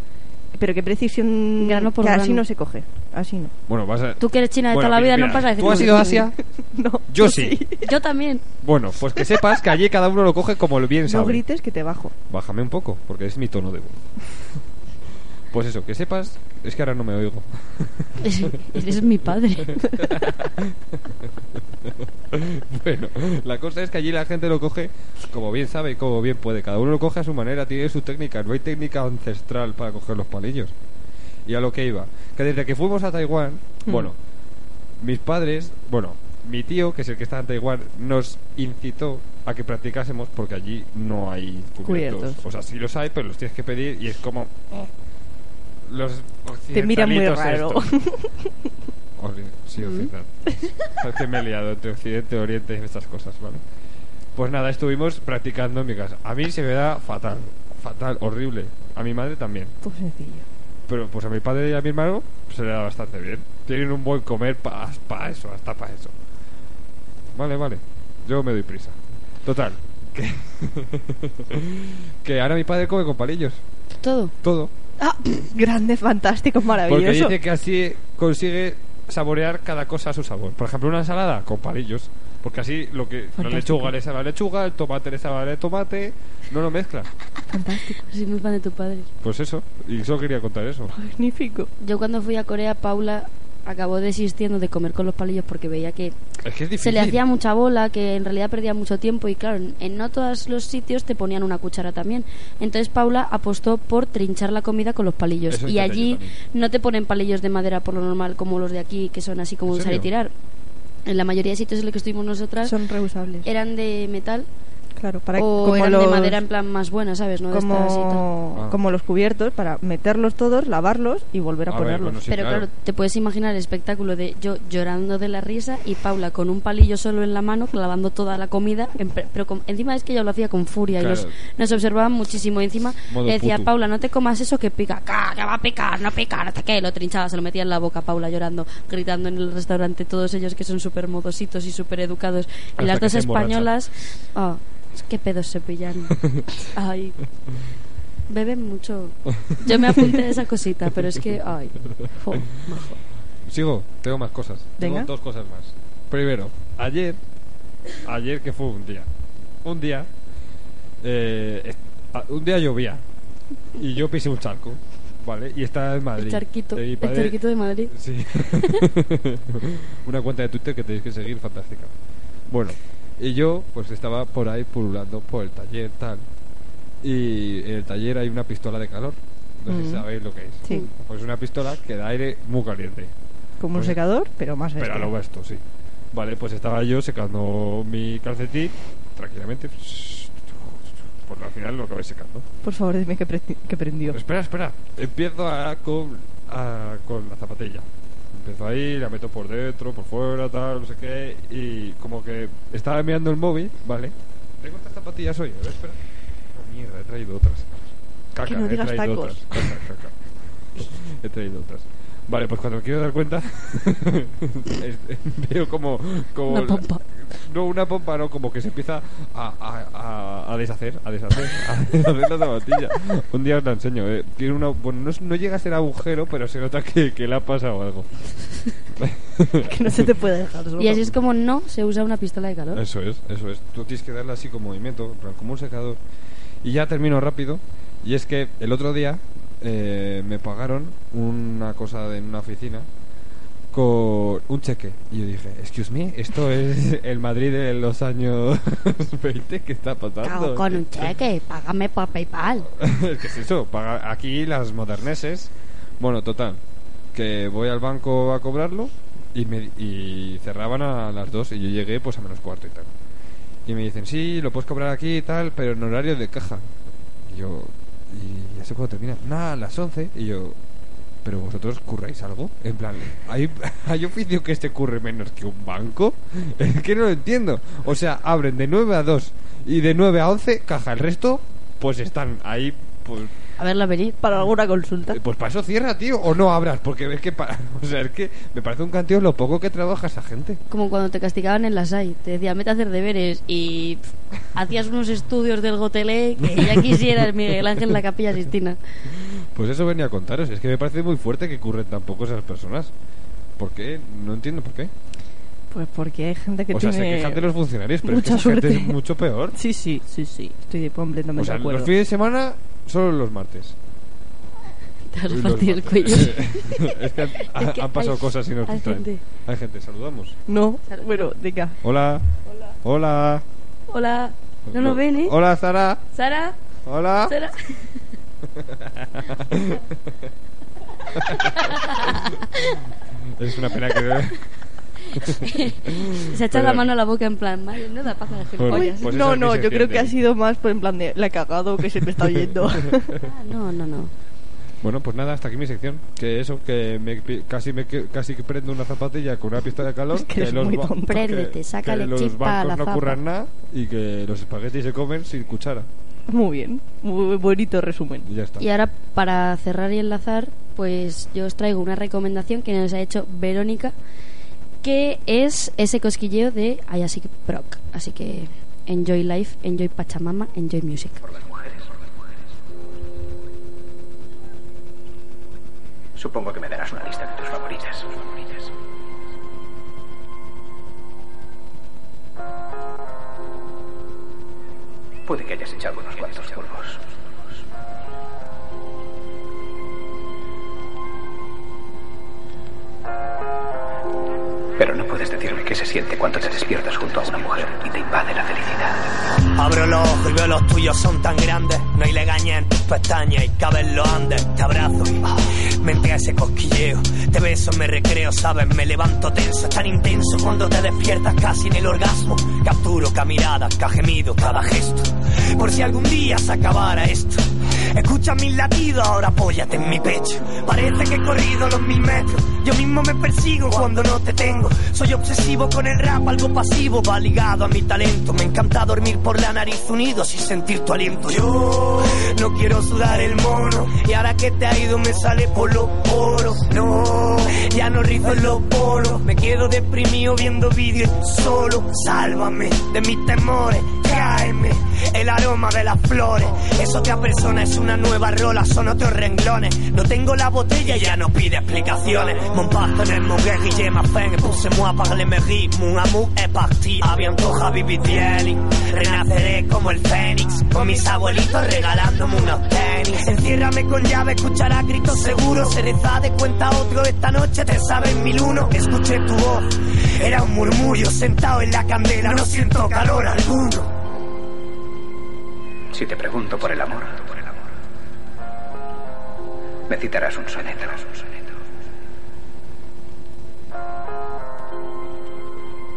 Speaker 5: Pero qué precisión
Speaker 4: Grano por
Speaker 5: que así
Speaker 4: grano.
Speaker 5: no se coge, así no. (laughs)
Speaker 3: Bueno, vas a...
Speaker 4: Tú que eres china de
Speaker 3: Bueno,
Speaker 4: toda la vida,
Speaker 3: mira,
Speaker 4: no vas a decir...
Speaker 3: ¿Tú has
Speaker 4: no,
Speaker 3: ido a
Speaker 4: no.
Speaker 3: Asia?
Speaker 5: No.
Speaker 3: Yo
Speaker 5: tú
Speaker 3: sí.
Speaker 4: (laughs) Yo también. (laughs)
Speaker 3: Bueno, pues que sepas que allí cada uno lo coge como bien
Speaker 5: No
Speaker 3: sabe.
Speaker 5: grites que te bajo.
Speaker 3: Bájame un poco, porque es mi tono de voz. Pues eso, que sepas... Es que ahora no me oigo.
Speaker 4: Eres mi padre. (laughs)
Speaker 3: (laughs) Bueno, la cosa es que allí la gente lo coge como bien sabe y como bien puede. Cada uno lo coge a su manera, tiene su técnica. No hay técnica ancestral para coger los palillos. Y a lo que iba. Que desde que fuimos a Taiwán,
Speaker 5: Mm.
Speaker 3: bueno, mis padres, bueno, mi tío, que es el que está en Taiwán, nos incitó a que practicásemos porque allí no hay cubiertos.
Speaker 5: Cubiertos.
Speaker 3: O sea, sí los hay, pero los tienes que pedir y es como... Los
Speaker 5: Te mira muy
Speaker 3: occidentalitos
Speaker 5: raro. Mm.
Speaker 3: estos.
Speaker 5: (laughs)
Speaker 3: Ori- sí, occidental. Es que me he liado entre Occidente y Oriente y estas cosas, ¿vale? Pues nada, estuvimos practicando en mi casa. A mí se me da fatal, fatal, horrible. A mi madre también.
Speaker 5: Tú sencillo.
Speaker 3: Pero pues a mi padre y a mi hermano pues, se le da bastante bien. Tienen un buen comer para eso, hasta para eso. Vale, vale. Yo me doy prisa. Total. Que, (laughs) que ahora mi padre come con palillos.
Speaker 4: Todo.
Speaker 3: Todo.
Speaker 5: Ah, (laughs) grande, fantástico,
Speaker 3: Porque
Speaker 5: maravilloso.
Speaker 3: dice que así consigue saborear cada cosa a su sabor. Por ejemplo, una ensalada con palillos. Porque así lo que la
Speaker 5: Fantástico.
Speaker 3: lechuga le sabe a la lechuga, el tomate le sabe al tomate, no lo mezcla.
Speaker 5: Fantástico,
Speaker 4: Soy muy fan de tu padre.
Speaker 3: Pues eso, y solo quería contar eso.
Speaker 5: (laughs) magnífico.
Speaker 4: Yo cuando fui a Corea, Paula acabó desistiendo de comer con los palillos porque veía que
Speaker 3: Es que es difícil.
Speaker 4: se le hacía mucha bola, que en realidad perdía mucho tiempo y claro, en, en no todos los sitios te ponían una cuchara también. Entonces Paula apostó por trinchar la comida con los palillos
Speaker 3: Eso
Speaker 4: y
Speaker 3: intenté yo
Speaker 4: allí
Speaker 3: también.
Speaker 4: no te ponen palillos de madera por lo normal como los de aquí que son así como
Speaker 3: ¿En
Speaker 4: usar y
Speaker 3: serio?
Speaker 4: tirar. En la mayoría de sitios en los que estuvimos nosotras
Speaker 5: Son reusables.
Speaker 4: eran de metal
Speaker 5: Claro, para
Speaker 4: o
Speaker 5: como
Speaker 4: eran de
Speaker 5: los-
Speaker 4: madera en plan más buena, ¿sabes? No de estas y tal.
Speaker 5: como,
Speaker 3: Ah.
Speaker 5: como los cubiertos para meterlos todos, lavarlos y volver a,
Speaker 3: A ver,
Speaker 5: ponerlos.
Speaker 3: bueno, sí,
Speaker 4: Pero claro.
Speaker 3: claro.
Speaker 4: te puedes imaginar el espectáculo de yo llorando de la risa y Paula con un palillo solo en la mano, clavando toda la comida. en pre- pero con- encima es que ella lo hacía con furia y
Speaker 3: Claro.
Speaker 4: los, nos observaban muchísimo. Y encima
Speaker 3: Modo
Speaker 4: le decía,
Speaker 3: putu.
Speaker 4: Paula, no te comas eso que pica. "Ca, Que va a picar, no pica, no sé qué. Lo trinchaba, se lo metía en la boca Paula llorando, gritando en el restaurante. Todos ellos que son súper modositos y súper educados. Y
Speaker 3: Hasta
Speaker 4: las
Speaker 3: que
Speaker 4: dos
Speaker 3: se emborrachan.
Speaker 4: españolas. Oh, qué pedos se (laughs) pillan. Ay. Beben (laughs) mucho. Yo me apunté a esa cosita, pero es que. Ay. jo, majo.
Speaker 3: Sigo, tengo más cosas.
Speaker 5: Venga.
Speaker 3: Tengo dos cosas más. Primero, ayer, ayer que fue un día, un día, eh, est- a- un día llovía y yo pisé un charco, ¿vale? Y estaba en Madrid.
Speaker 4: El charquito.
Speaker 3: Y mi
Speaker 4: El
Speaker 3: padre-
Speaker 4: charquito de Madrid.
Speaker 3: Sí. Una cuenta de Twitter que tenéis que seguir, fantástica. Bueno, y yo pues estaba por ahí pululando por el taller, tal. Y en el taller hay una pistola de calor. No sé si
Speaker 5: Mm.
Speaker 3: sabéis lo que es.
Speaker 5: Sí,
Speaker 3: Pues una pistola que da aire muy caliente.
Speaker 5: como un
Speaker 3: Pues-
Speaker 5: secador, pero más
Speaker 3: Pero a
Speaker 5: estilo.
Speaker 3: lo vasto, sí. Vale, pues estaba yo secando mi calcetín tranquilamente. Porque al final lo acabé secando.
Speaker 5: Por favor, dime que, pre- que prendió.
Speaker 3: Pero espera, espera. Empiezo a- con, a- con la zapatilla. Empiezo ahí, la meto por dentro, por fuera, tal, no sé qué. Y como que estaba mirando el móvil, ¿vale? Tengo estas zapatillas hoy, a ver, espera. Oh, mierda, he traído otras. Caca,
Speaker 5: Que no
Speaker 3: he
Speaker 5: digas
Speaker 3: traído
Speaker 5: tacos.
Speaker 3: otras. Caca, caca. (laughs) He traído otras. Vale, pues cuando quiero dar cuenta, (laughs) es- veo como, como
Speaker 4: Una pompa.
Speaker 3: no, una pompa no, como que se empieza a, a- a- a deshacer, a deshacer, a (laughs) deshacer la zapatilla. Un día os la enseño, eh. Tiene una, bueno, no, es- no llega a ser agujero, pero se nota que, que le ha pasado algo.
Speaker 5: (laughs) Que no se te puede dejar (laughs) solo.
Speaker 4: Y así es como no se usa una pistola de calor.
Speaker 3: Eso es, eso es. Tú tienes que darle así con movimiento, en plan, como un secador. Y ya termino rápido. Y es que el otro día eh, me pagaron una cosa de- en una oficina con un cheque. Y yo dije, excuse me, esto es el Madrid de los años (laughs) 20 que está pasando.
Speaker 4: Cago con un cheque, págame por PayPal.
Speaker 3: (laughs) ¿Qué es eso? Paga aquí las moderneses. Bueno, total. Que voy al banco a cobrarlo y, me, y cerraban a las dos y yo llegué pues a menos cuarto y tal. Y me dicen, sí, lo puedes cobrar aquí y tal, pero en horario de caja. Y yo, ¿y eso cuándo termina? Nada, a las 11. Y yo, ¿pero vosotros curráis algo? En plan, ¿hay, (laughs) ¿hay oficio que se curre menos que un banco? (laughs) Es que no lo entiendo. O sea, abren de 9 a 2 y de 9 a 11, caja. El resto, pues están ahí, pues...
Speaker 4: A verla venir.
Speaker 5: Para alguna consulta.
Speaker 3: eh, Pues para eso cierra, tío, o no abras, porque es que, pa- (laughs) o sea, es que me parece un canteo lo poco que trabaja esa gente.
Speaker 4: Como cuando te castigaban en la SAI, te decían, vete a hacer deberes y pff, hacías unos estudios del gotelé que ya quisieras Miguel Ángel la Capilla Sistina.
Speaker 3: Pues eso venía a contaros, es que me parece muy fuerte que curren tampoco esas personas. ¿Por qué? No entiendo por qué.
Speaker 5: Pues porque hay gente que
Speaker 3: O sea,
Speaker 5: tiene...
Speaker 3: se quejan de los funcionarios, pero es que
Speaker 5: mucha
Speaker 3: esa gente es
Speaker 5: suerte.
Speaker 3: mucho peor.
Speaker 5: Sí, sí, sí, sí. Estoy completamente
Speaker 3: O sea,
Speaker 5: de acuerdo.
Speaker 3: los fines de semana solo los martes.
Speaker 4: Te has
Speaker 3: Los
Speaker 4: partido el
Speaker 3: martes.
Speaker 4: cuello.
Speaker 3: (laughs) es que han,
Speaker 4: Es que
Speaker 3: han pasado
Speaker 4: hay-
Speaker 3: cosas y nos
Speaker 4: hay
Speaker 3: distraen.
Speaker 4: gente.
Speaker 3: Hay gente, saludamos.
Speaker 5: No, bueno, venga.
Speaker 3: Hola. Hola.
Speaker 4: Hola, no nos ven, ¿eh?
Speaker 3: Hola, Ah. Sara.
Speaker 4: Sara,
Speaker 3: Hola.
Speaker 4: Sara.
Speaker 3: Es una pena que.
Speaker 4: Se ha echado la
Speaker 3: Perdón.
Speaker 4: mano a la boca en plan, madre, no da paja de
Speaker 3: Bueno,
Speaker 4: gilipollas.
Speaker 3: pues esa
Speaker 5: no,
Speaker 3: es mi
Speaker 5: no, yo
Speaker 3: sección
Speaker 5: creo
Speaker 3: de
Speaker 5: que ha
Speaker 3: hoy.
Speaker 5: sido más pues, en plan de la he cagado que se me está
Speaker 3: (laughs)
Speaker 5: oyendo. (laughs)
Speaker 4: Ah, no, no, no.
Speaker 3: Bueno, pues nada, hasta aquí mi sección. Que eso, que me, pi- casi me que- casi que prendo una zapatilla con una pistola de calor.
Speaker 5: Es que eres muy
Speaker 3: ba-
Speaker 5: tonto.
Speaker 4: Préndete,
Speaker 3: que-
Speaker 4: sácale
Speaker 3: que los
Speaker 4: chispa a
Speaker 3: bancos
Speaker 4: la
Speaker 3: no
Speaker 4: papa.
Speaker 3: curran nada y que los espaguetis se comen sin cuchara.
Speaker 5: Muy bien, muy bonito resumen.
Speaker 3: Y ya está.
Speaker 4: Y ahora, para cerrar y enlazar, pues yo os traigo una recomendación que nos ha hecho Verónica, que es ese cosquilleo de Ayasik Proc. Así que enjoy life, enjoy Pachamama, enjoy music.
Speaker 8: Supongo que me darás una lista de tus favoritas. Puede que hayas echado unos cuantos polvos. Pero no puedes decirme qué se siente cuando te despiertas junto a una mujer y te invade la felicidad.
Speaker 9: Abro los ojos y veo los tuyos son tan grandes. No hay legaña en tus pestañas y caben los andes. Te abrazo y ah, me entra ese cosquilleo. Te beso, me recreo, sabes, me levanto tenso. Es tan intenso cuando te despiertas casi en el orgasmo. Capturo cada mirada, cada gemido, cada gesto. Por si algún día se acabara esto. Escucha mis latidos, ahora apóyate en mi pecho. Parece que he corrido los mil metros. Yo mismo me persigo cuando no te tengo. Soy obsesivo con el rap, algo pasivo, va ligado a mi talento. Me encanta dormir por la nariz unidos y sentir tu aliento. Yo no quiero sudar el mono. Y ahora que te ha ido me sale por los poros. No, ya no rizo en los poros. Me quedo deprimido viendo vídeos solo. Sálvame de mis temores. Tráeme el aroma de las flores. Es otra persona, es una nueva rola, son otros renglones. No tengo la botella, ya no pide explicaciones. Mon partenaire, mon gars, Guillem a fait. Poussez-moi par les mairies, mon amour est parti. A bientôt, Javi Dieli. Renaceré como el fénix, con mis abuelitos regalándome unos tenis. Enciérrame con llave, escucharás gritos seguros. Cereza de cuenta otro, esta noche te sabes mil uno. Escuché tu voz, era un murmullo sentado en la candela. No siento calor alguno.
Speaker 8: Si te pregunto por el amor, me citarás un soneto.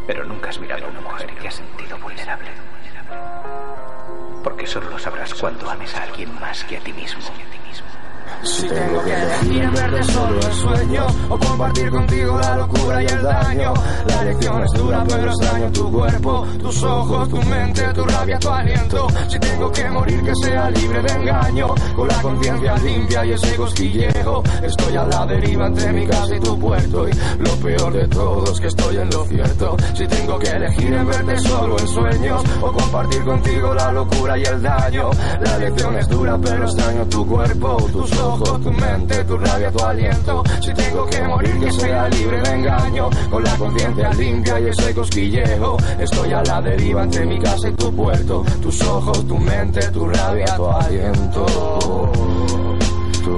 Speaker 8: Pero nunca has mirado a una mujer y te has sentido vulnerable. Porque solo lo sabrás cuando ames a alguien más que a ti mismo.
Speaker 10: Si tengo que elegir en verte solo el sueño o compartir contigo la locura y el daño. La elección es dura, pero extraño tu cuerpo, tus ojos, tu mente, tu rabia, tu aliento. Si tengo que morir, que sea libre de engaño, con la conciencia limpia y ese cosquilleo. Estoy a la deriva entre mi casa y tu puerto. Y lo peor de todo es que estoy en lo cierto. Si tengo que elegir en verte solo en sueños o compartir contigo la locura y el daño. La elección es dura, pero extraño tu cuerpo, tus ojos, tu mente, tu rabia, tu aliento. Si tengo que morir, que sea libre de engaño, con la conciencia limpia y ese cosquilleo. Estoy a la deriva entre mi casa y tu puerto, tus ojos, tu mente, tu rabia, tu aliento. Tu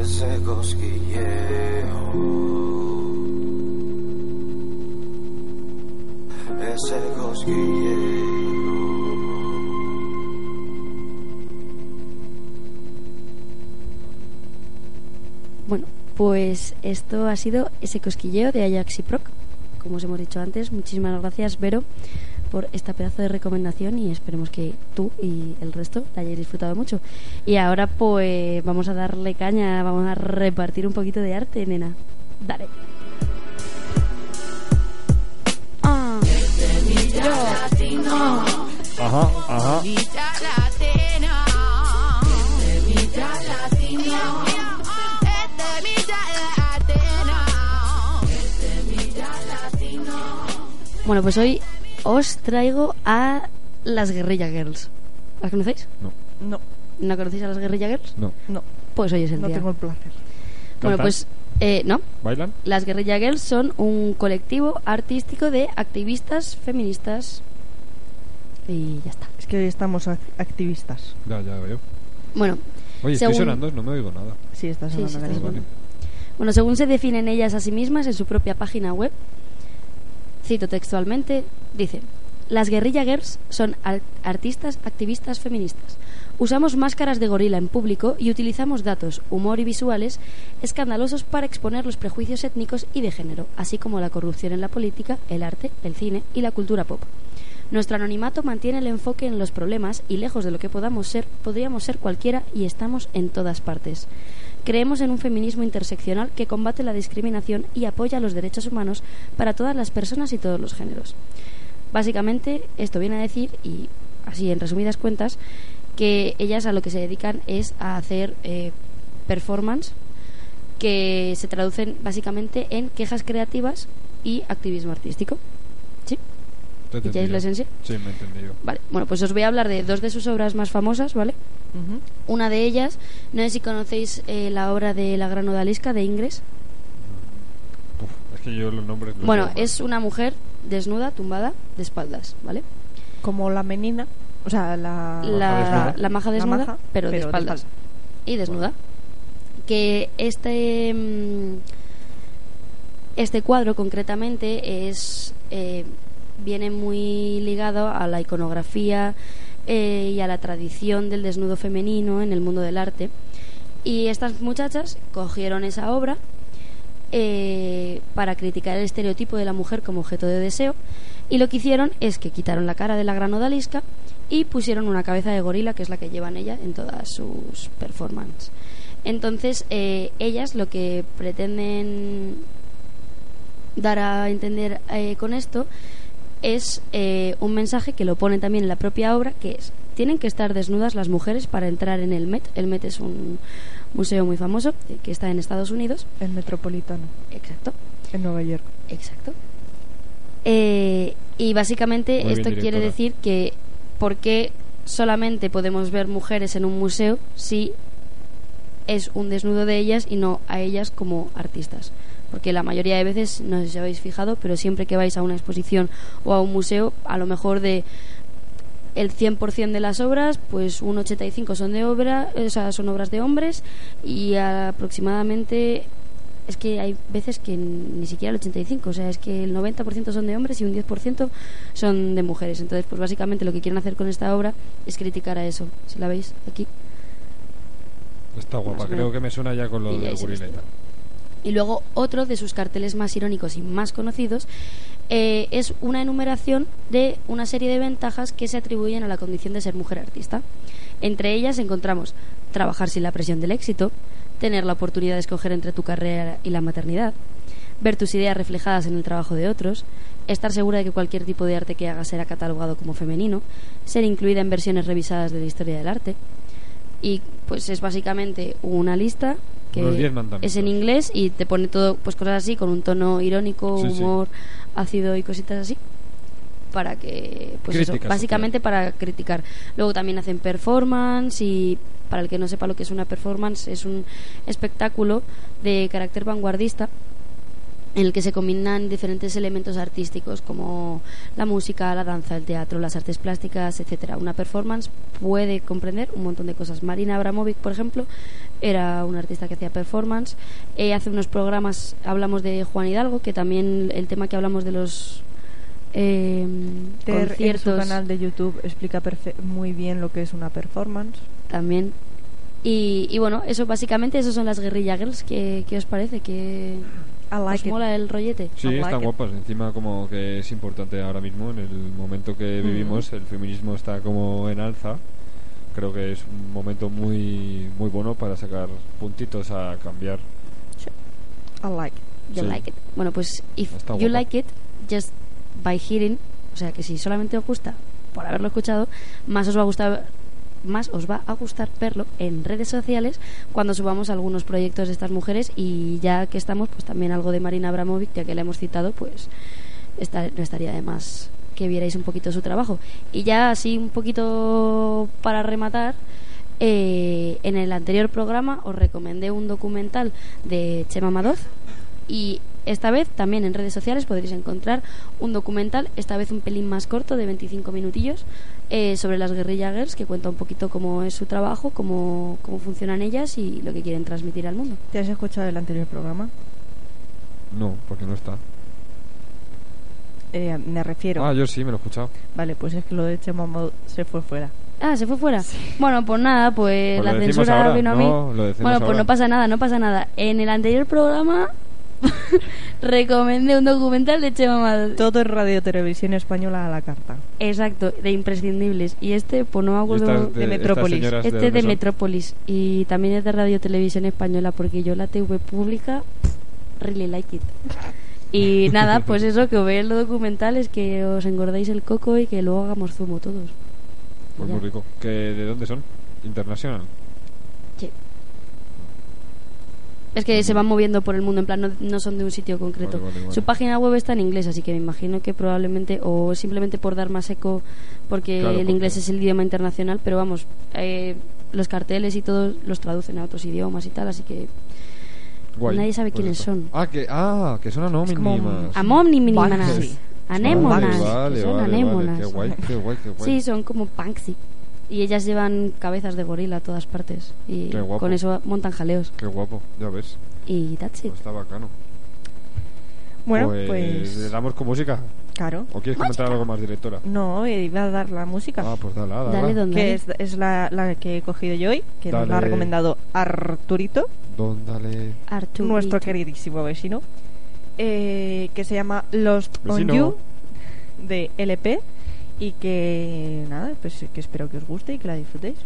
Speaker 10: Ese cosquilleo. Ese cosquilleo.
Speaker 4: Bueno, pues esto ha sido ese cosquilleo de Ajax y Proc. Como os hemos dicho antes, muchísimas gracias, Vero, por esta pedazo de recomendación y esperemos que tú y el resto la hayáis disfrutado mucho. Y ahora, pues, vamos a darle caña, vamos a repartir un poquito de arte, nena. Dale. Ah.
Speaker 3: Ajá, ajá.
Speaker 4: Bueno, pues hoy os traigo a las Guerrilla Girls. ¿Las conocéis?
Speaker 3: No,
Speaker 5: No,
Speaker 4: ¿No conocéis a las Guerrilla Girls?
Speaker 3: no.
Speaker 5: no,
Speaker 4: Pues hoy es el
Speaker 5: no
Speaker 4: día.
Speaker 5: tengo el placer.
Speaker 4: Bueno,
Speaker 3: ¿Cantan?
Speaker 4: pues eh, no.
Speaker 3: ¿Bailan?
Speaker 4: Las Guerrilla Girls son un colectivo artístico de activistas feministas. Y ya está.
Speaker 5: Es que hoy estamos ac- activistas.
Speaker 3: Ya, ya veo.
Speaker 4: Bueno,
Speaker 3: Oye,
Speaker 4: Según-
Speaker 3: estoy sonando, no me oigo nada.
Speaker 5: Sí, estás
Speaker 4: Sí,
Speaker 5: hablando
Speaker 4: sí,
Speaker 5: de
Speaker 4: estás
Speaker 5: la-
Speaker 3: Vale.
Speaker 4: Bueno, según se definen ellas a sí mismas en su propia página web, cito textualmente, dice, las guerrilla girls son ar- artistas activistas feministas. Usamos máscaras de gorila en público y utilizamos datos, humor y visuales escandalosos para exponer los prejuicios étnicos y de género, así como la corrupción en la política, el arte, el cine y la cultura pop. Nuestro anonimato mantiene el enfoque en los problemas y lejos de lo que podamos ser, podríamos ser cualquiera y estamos en todas partes. Creemos en un feminismo interseccional que combate la discriminación y apoya los derechos humanos para todas las personas y todos los géneros. Básicamente, esto viene a decir, y así en resumidas cuentas, que ellas a lo que se dedican es a hacer eh, performance que se traducen básicamente en quejas creativas y activismo artístico. ¿Sí?
Speaker 3: ¿Te he
Speaker 4: ¿Y ya es
Speaker 3: entendido?
Speaker 4: la esencia?
Speaker 3: Sí, me he entendido.
Speaker 4: Vale, bueno, pues os voy a hablar de dos de sus obras más famosas, ¿vale?
Speaker 5: Ujú.
Speaker 4: Una de ellas, no sé si conocéis eh, la obra de La Gran Odalisca de Ingres.
Speaker 3: Uf, es que yo los nombres. los
Speaker 4: Bueno,
Speaker 3: digo mal.
Speaker 4: es una mujer desnuda, tumbada, de espaldas, ¿vale?
Speaker 5: Como la menina, o sea, la...
Speaker 4: La,
Speaker 3: desnuda.
Speaker 4: la maja desnuda,
Speaker 5: maja,
Speaker 4: pero, de espaldas. Y desnuda. Que este, mm, este cuadro concretamente es eh, viene muy ligado a la iconografía eh, y a la tradición del desnudo femenino en el mundo del arte. Y estas muchachas cogieron esa obra eh, para criticar el estereotipo de la mujer como objeto de deseo y lo que hicieron es que quitaron la cara de la gran odalisca y pusieron una cabeza de gorila que es la que llevan ella en todas sus performances. Entonces eh, ellas lo que pretenden dar a entender eh, con esto es eh, un mensaje que lo pone también en la propia obra, que es, tienen que estar desnudas las mujeres para entrar en el Met. El Met es un museo muy famoso eh, que está en Estados Unidos.
Speaker 5: El metropolitano,
Speaker 4: Exacto,
Speaker 5: en Nueva York.
Speaker 4: exacto. Eh, y básicamente
Speaker 3: Muy bien,
Speaker 4: esto quiere
Speaker 3: directora.
Speaker 4: decir que ¿por qué solamente podemos ver mujeres en un museo si es un desnudo de ellas y no a ellas como artistas? Porque la mayoría de veces, no sé si habéis fijado, pero siempre que vais a una exposición o a un museo, a lo mejor de el 100% de las obras, pues un 85 son de obra, eh, o sea, son obras de hombres y aproximadamente es que hay veces que ni siquiera el 85, o sea, es que el 90% son de hombres y un 10% son de mujeres. Entonces, pues básicamente lo que quieren hacer con esta obra es criticar a eso. Si la veis aquí,
Speaker 3: Está guapa,
Speaker 4: Más o
Speaker 3: creo
Speaker 4: menos.
Speaker 3: que me suena ya con lo
Speaker 4: Y ya
Speaker 3: de
Speaker 4: se
Speaker 3: Gurileta.
Speaker 4: Y luego otro de sus carteles más irónicos y más conocidos eh, es una enumeración de una serie de ventajas que se atribuyen a la condición de ser mujer artista. Entre ellas encontramos trabajar sin la presión del éxito, tener la oportunidad de escoger entre tu carrera y la maternidad, ver tus ideas reflejadas en el trabajo de otros, estar segura de que cualquier tipo de arte que hagas será catalogado como femenino, ser incluida en versiones revisadas de la historia del arte. Y pues es básicamente una lista
Speaker 3: Los diez
Speaker 4: que
Speaker 3: mandamientos.
Speaker 4: es en inglés y te pone todo pues cosas así con un tono irónico,
Speaker 3: Sí, sí.
Speaker 4: humor ácido y cositas así para que pues eso,
Speaker 3: Crítica
Speaker 4: básicamente para criticar. Luego también hacen performance y para el que no sepa lo que es una performance es un espectáculo de carácter vanguardista en el que se combinan diferentes elementos artísticos como la música, la danza, el teatro, las artes plásticas, etcétera. Una performance puede comprender un montón de cosas. Marina Abramovic, por ejemplo, era una artista que hacía performance. Eh, hace unos programas hablamos de Juan Hidalgo, que también el tema que hablamos de los eh,
Speaker 5: Ter, en su
Speaker 4: conciertos
Speaker 5: canal de YouTube explica perfe- muy bien lo que es una performance.
Speaker 4: también. Y, y bueno, eso básicamente, esos son las guerrilla girls. ¿Qué, qué os parece? ¿Qué
Speaker 5: I like
Speaker 4: os
Speaker 5: it.
Speaker 4: Pues mola el rollete?
Speaker 3: Sí,
Speaker 5: Like
Speaker 3: están
Speaker 5: it.
Speaker 3: guapas. Encima como que es importante ahora mismo, en el momento que
Speaker 4: Mm.
Speaker 3: vivimos, el feminismo está como en alza. Creo que es un momento muy, muy bueno para sacar puntitos a cambiar.
Speaker 5: I like it.
Speaker 4: You
Speaker 3: Sí.
Speaker 4: like it. Bueno, pues if
Speaker 3: Está
Speaker 4: you
Speaker 3: guapa.
Speaker 4: like it, just by hearing, o sea que si solamente os gusta por haberlo escuchado, más os va a gustar más os va a gustar verlo en redes sociales cuando subamos algunos proyectos de estas mujeres y ya que estamos pues también algo de Marina Abramovic ya que la hemos citado pues esta- no estaría de más que vierais un poquito su trabajo y ya así un poquito para rematar eh, en el anterior programa os recomendé un documental de Chema Madoz y esta vez también en redes sociales podréis encontrar un documental, esta vez un pelín más corto, de 25 minutillos, eh, sobre las guerrilla girls, que cuenta un poquito cómo es su trabajo, cómo, cómo funcionan ellas y lo que quieren transmitir al mundo.
Speaker 5: ¿Te has escuchado el anterior programa?
Speaker 3: No, porque no está.
Speaker 5: Eh, me refiero.
Speaker 3: Ah, yo sí, me lo he escuchado.
Speaker 4: Eh,
Speaker 5: Vale, pues es que lo de Chema Amado se fue fuera.
Speaker 4: Ah, se fue fuera. Bueno, pues nada, pues,
Speaker 3: Pues lo
Speaker 4: la
Speaker 3: decimos
Speaker 4: censura
Speaker 3: ahora,
Speaker 4: vino a
Speaker 3: ¿no?
Speaker 4: mí.
Speaker 3: Lo decimos
Speaker 4: bueno, pues
Speaker 3: ahora.
Speaker 4: no pasa nada, no pasa nada. En el anterior programa (laughs) recomendé un documental de Chema
Speaker 3: (laughs)
Speaker 4: Madoz.
Speaker 5: Todo es radio televisión española a la carta.
Speaker 4: Exacto, de imprescindibles. Y este, pues no me
Speaker 3: Y
Speaker 4: acuerdo.
Speaker 3: estas
Speaker 5: de Metrópolis.
Speaker 3: estas señoras
Speaker 4: Este es de
Speaker 3: dónde son?
Speaker 4: Metrópolis y también es de Radio Televisión Española porque yo la TV pública pff, really like it.
Speaker 3: (laughs)
Speaker 4: Y nada, pues eso, que os veáis los documentales, que os engordéis el coco y que luego hagamos zumo todos.
Speaker 3: Pues muy
Speaker 4: Ya.
Speaker 3: rico. ¿Que ¿De dónde son? Internacional.
Speaker 4: Sí. Es que se van moviendo por el mundo, en plan, no, no son de un sitio concreto.
Speaker 3: Vale, vale, vale.
Speaker 4: Su página web está en inglés, así que me imagino que probablemente, o simplemente por dar más eco, porque
Speaker 3: Claro,
Speaker 4: el
Speaker 3: porque-
Speaker 4: inglés es el idioma internacional, pero vamos, eh, los carteles y todo los traducen a otros idiomas y tal, así que
Speaker 3: Guay.
Speaker 4: Nadie sabe
Speaker 3: Pues
Speaker 4: quiénes
Speaker 3: esto.
Speaker 4: son.
Speaker 3: Ah, que, ah, que son anónimas.
Speaker 5: como-
Speaker 4: Amómnimas,
Speaker 5: Banksy.
Speaker 4: anémonas,
Speaker 3: Vale,
Speaker 4: que
Speaker 3: vale,
Speaker 4: son
Speaker 3: vale,
Speaker 4: anémonas.
Speaker 3: vale. Qué guay, (laughs) qué guay, qué guay.
Speaker 4: Sí, son como Banksy. Y ellas llevan cabezas de gorila a todas partes. Y
Speaker 3: Qué guapo.
Speaker 4: con eso montan jaleos.
Speaker 3: Qué guapo, ya ves.
Speaker 4: Y that's it.
Speaker 3: Pues está bacano.
Speaker 5: Bueno,
Speaker 3: pues, ¿Le
Speaker 5: pues.
Speaker 3: damos con música?
Speaker 5: Claro.
Speaker 3: ¿O quieres comentar algo más, directora?
Speaker 5: No, iba a dar la música.
Speaker 3: Ah, pues dale, dale.
Speaker 4: Dale, don
Speaker 5: que
Speaker 4: Dale.
Speaker 5: es, es la, la que he cogido yo hoy, que nos la ha
Speaker 3: Dale.
Speaker 5: recomendado Arturito,
Speaker 3: Don, dale.
Speaker 4: Arturito.
Speaker 5: nuestro queridísimo vecino, eh, que se llama Lost
Speaker 3: Vecino.
Speaker 5: on You de LP y que nada, pues que espero que os guste y que la disfrutéis.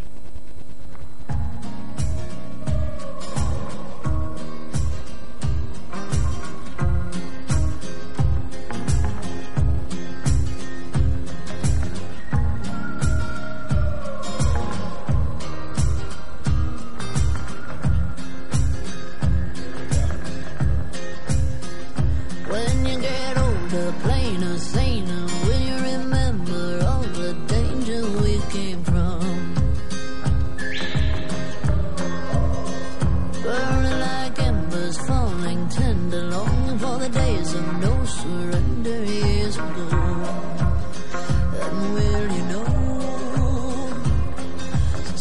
Speaker 11: When you get older, plainer, saner, will you remember all the danger we came from? Burning like embers, falling tender, longing for the days of no surrender years ago. And will you know?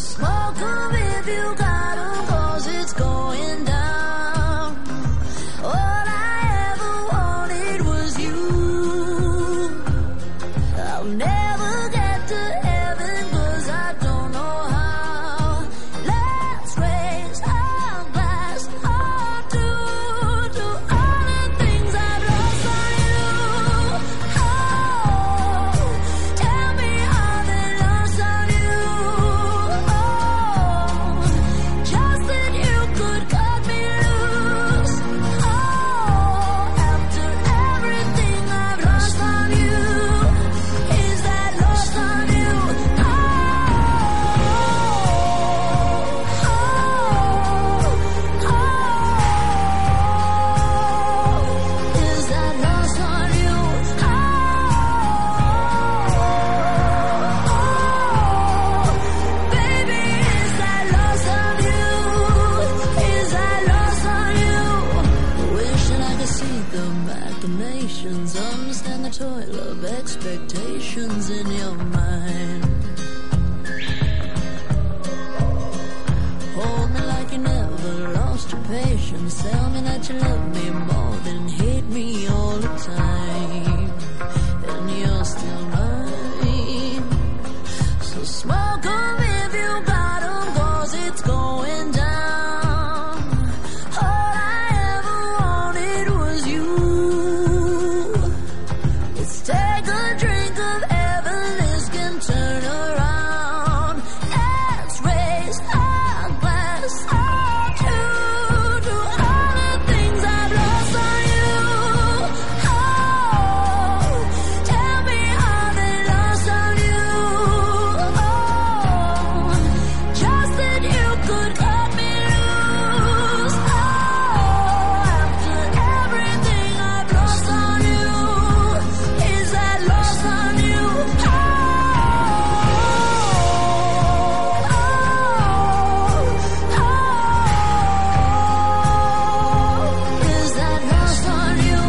Speaker 11: Smoke 'em if you got 'em, 'cause it's going down. All I ever wanted was you. I'll never get to heaven 'cause I don't know how. Let's raise Oh, Oh,
Speaker 6: Oh, Oh, oh, oh, Oh.
Speaker 11: emotions in your mind. Hold me like you never lost your patience. Tell me that you love me more than hate me all the time. And you're still mine. So smoke 'em if you got 'em, 'cause it's going down. All I ever wanted was you. Let's take a drink of heaven, this can turn around. Let's raise our glass up to do all the things I've lost on you. Oh, tell me how
Speaker 6: oh,
Speaker 11: they lost on you. Oh, just that you could cut me loose. Oh, after everything I've lost on you, is that lost on you?
Speaker 6: oh,
Speaker 11: Is that lost on you?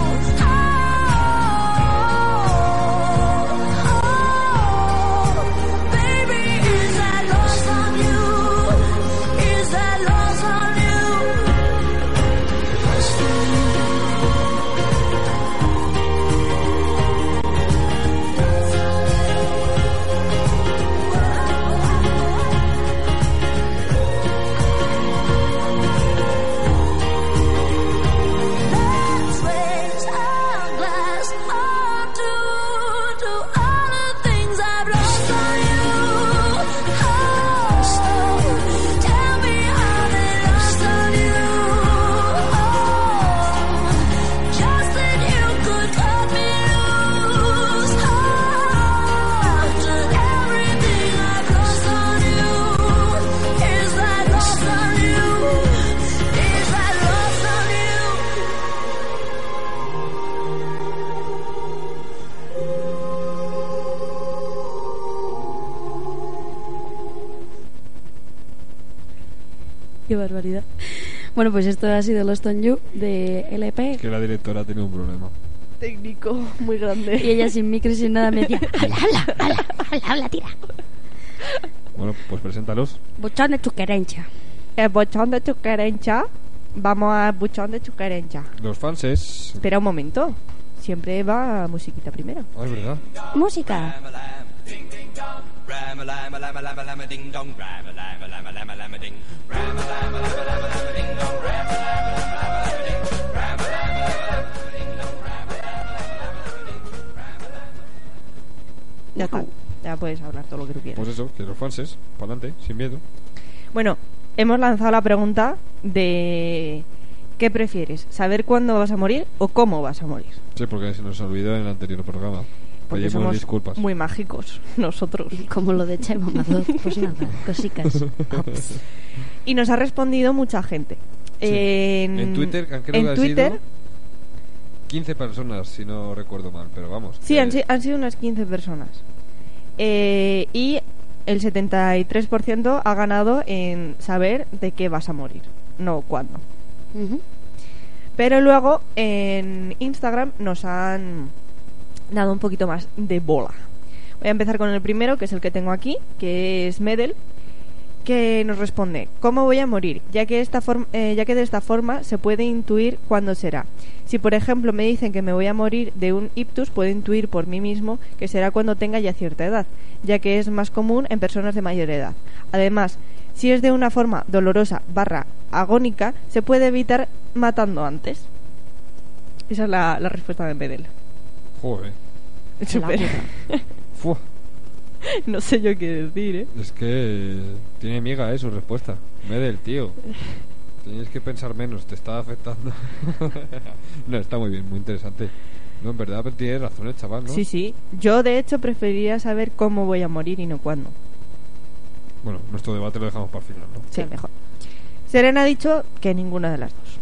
Speaker 11: Oh, Baby, is that lost on you? Is that lost on you? Lost on Let's raise our glass up to do all the things I've lost on you. Oh, tell me how they lost on you. Oh, just that you could cut me loose. Oh, after everything I've lost on you, is that lost on you? Is that lost on you?
Speaker 4: Qué barbaridad. Bueno, pues esto ha sido Lost on You de LP.
Speaker 3: Que la directora tiene un problema.
Speaker 5: Técnico (laughs) muy grande.
Speaker 4: Y ella sin micro y sin nada me decía, habla, habla, habla, habla, habla, tira.
Speaker 3: Bueno, pues preséntalos.
Speaker 4: Bochón de tu querencia.
Speaker 5: El bochón de Chuquerencha. Vamos al bochón de Chuquerencha.
Speaker 3: Los fans es.
Speaker 5: Espera un momento. Siempre va musiquita primero.
Speaker 3: Ah, es verdad.
Speaker 4: Música.
Speaker 5: Ya está. Ya puedes hablar todo lo que tú quieras.
Speaker 3: Pues eso, que los fans es. Para adelante, sin miedo.
Speaker 5: Bueno, hemos lanzado la pregunta de ¿qué prefieres? ¿Saber cuándo vas a morir o cómo vas a morir?
Speaker 3: Sí, porque se nos olvidó en el anterior programa.
Speaker 5: Porque
Speaker 3: Pedimos
Speaker 5: somos
Speaker 3: disculpas.
Speaker 5: muy mágicos (laughs) nosotros.
Speaker 4: Como lo de Chema Mazot, pues nada,
Speaker 3: (laughs)
Speaker 4: cosicas.
Speaker 5: Y nos ha respondido mucha gente.
Speaker 3: Sí.
Speaker 5: En,
Speaker 3: En Twitter, creo
Speaker 5: en
Speaker 3: que ha
Speaker 5: Twitter,
Speaker 3: sido 15 personas, si no recuerdo mal, pero vamos.
Speaker 5: sí,
Speaker 3: que-
Speaker 5: han, si- han sido unas 15 personas. Eh, y el 73% ha ganado en saber de qué vas a morir, no cuándo.
Speaker 4: Ujú.
Speaker 5: Pero luego en Instagram nos han dado un poquito más de bola. Voy a empezar con el primero, que es el que tengo aquí, que es Medel, que nos responde, ¿cómo voy a morir? Ya que, esta form- eh, ya que de esta forma se puede intuir cuándo será. Si por ejemplo me dicen que me voy a morir de un ictus, puedo intuir por mí mismo que será cuando tenga ya cierta edad, ya que es más común en personas de mayor edad. Además, si es de una forma dolorosa barra agónica, se puede evitar matando antes. Esa es la, la respuesta de Medel.
Speaker 3: Joder.
Speaker 5: Súper.
Speaker 3: Fua.
Speaker 5: (laughs) no sé yo qué decir, ¿eh?
Speaker 3: Es que eh, tiene miga, eh, su respuesta. Medel, tío. Tienes que pensar menos, te está afectando. (laughs) no, está muy bien, muy interesante. No, en verdad pero tienes razón el chaval, ¿no?
Speaker 5: Sí, sí. Yo, de hecho, preferiría saber cómo voy a morir y no cuándo.
Speaker 3: Bueno, nuestro debate lo dejamos para el final, ¿no?
Speaker 5: Sí, mejor. Serena ha dicho que ninguna de las dos.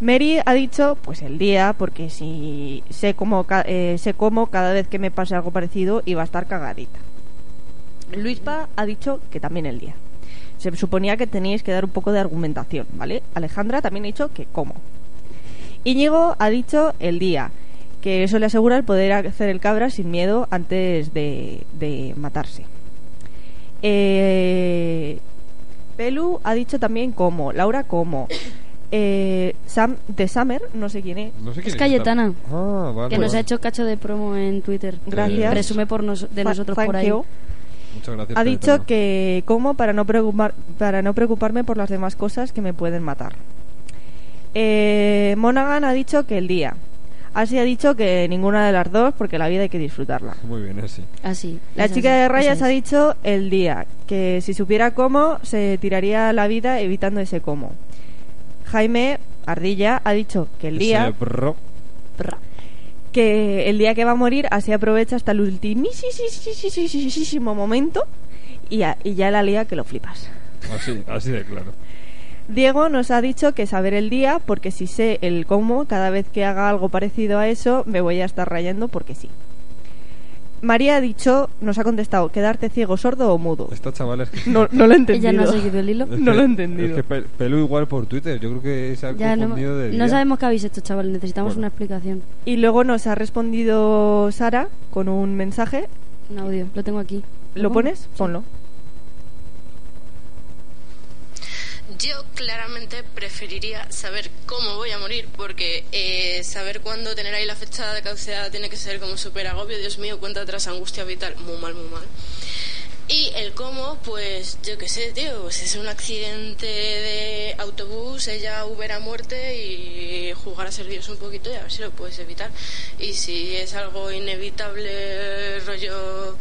Speaker 5: Mary ha dicho, pues el día, porque si sé cómo, ca- eh, sé cómo cada vez que me pase algo parecido iba a estar cagadita. Luispa ha dicho que también el día. Se suponía que teníais que dar un poco de argumentación, ¿vale? Alejandra también ha dicho que cómo. Íñigo ha dicho el día. que eso le asegura el poder hacer el cabra sin miedo antes de, de matarse. Eh, Pelu ha dicho también cómo, Laura cómo. Eh, Sam de Summer, no sé quién es.
Speaker 3: No sé quién
Speaker 4: Es Cayetana,
Speaker 3: Ah, vale.
Speaker 4: que nos ha hecho cacho de promo en Twitter.
Speaker 5: Gracias.
Speaker 4: Presume por nos- de
Speaker 5: Fa-
Speaker 4: nosotros por
Speaker 5: thank
Speaker 4: ahí.
Speaker 5: you.
Speaker 3: Muchas gracias.
Speaker 5: Ha dicho
Speaker 3: Cayetana.
Speaker 5: que como para no, preocupar- para no preocuparme por las demás cosas que me pueden matar. Eh, Monaghan ha dicho que el día. Así ha dicho que ninguna de las dos porque la vida hay que disfrutarla.
Speaker 3: Muy bien, eh, así.
Speaker 4: Así.
Speaker 5: La
Speaker 4: esa
Speaker 5: chica
Speaker 4: es,
Speaker 5: de
Speaker 4: esa
Speaker 5: rayas
Speaker 4: es.
Speaker 5: ha dicho el día, que si supiera cómo, se tiraría la vida evitando ese cómo. Jaime Ardilla ha dicho que el día,
Speaker 4: Prr.
Speaker 5: que el día que va a morir, así aprovecha hasta el ultimísimo momento y, a- y ya la lía que lo flipas.
Speaker 3: Así, así de claro.
Speaker 5: Diego nos ha dicho que saber el día, porque si sé el cómo, cada vez que haga algo parecido a eso, me voy a estar rayando porque sí. María ha dicho, nos ha contestado, quedarte ciego, sordo o mudo.
Speaker 3: Esta chavala es que...
Speaker 5: No, no lo he entendido.
Speaker 4: Ella no ha seguido el hilo.
Speaker 3: es
Speaker 5: (laughs) no
Speaker 3: que-
Speaker 5: lo he entendido.
Speaker 3: Es que Pe- Pelú igual por Twitter. Yo creo que se ha
Speaker 4: Ya no,
Speaker 3: confundido de
Speaker 4: no
Speaker 3: día.
Speaker 4: sabemos qué habéis hecho, chaval. Necesitamos
Speaker 3: Bueno.
Speaker 4: una explicación.
Speaker 5: Y luego nos ha respondido Sara con un mensaje.
Speaker 4: Un audio. Lo tengo aquí.
Speaker 5: ¿Lo
Speaker 4: pongo?
Speaker 5: pones?
Speaker 4: Sí.
Speaker 5: Ponlo.
Speaker 12: Yo claramente preferiría saber cómo voy a morir, porque eh, saber cuándo tener ahí la fecha de caducidad tiene que ser como súper agobio. Dios mío, cuenta atrás, angustia vital. Muy mal, muy mal. Y el cómo, pues yo qué sé, tío, pues es un accidente de autobús, ella Uber a muerte y jugar a ser Dios un poquito y a ver si lo puedes evitar. Y si es algo inevitable, rollo,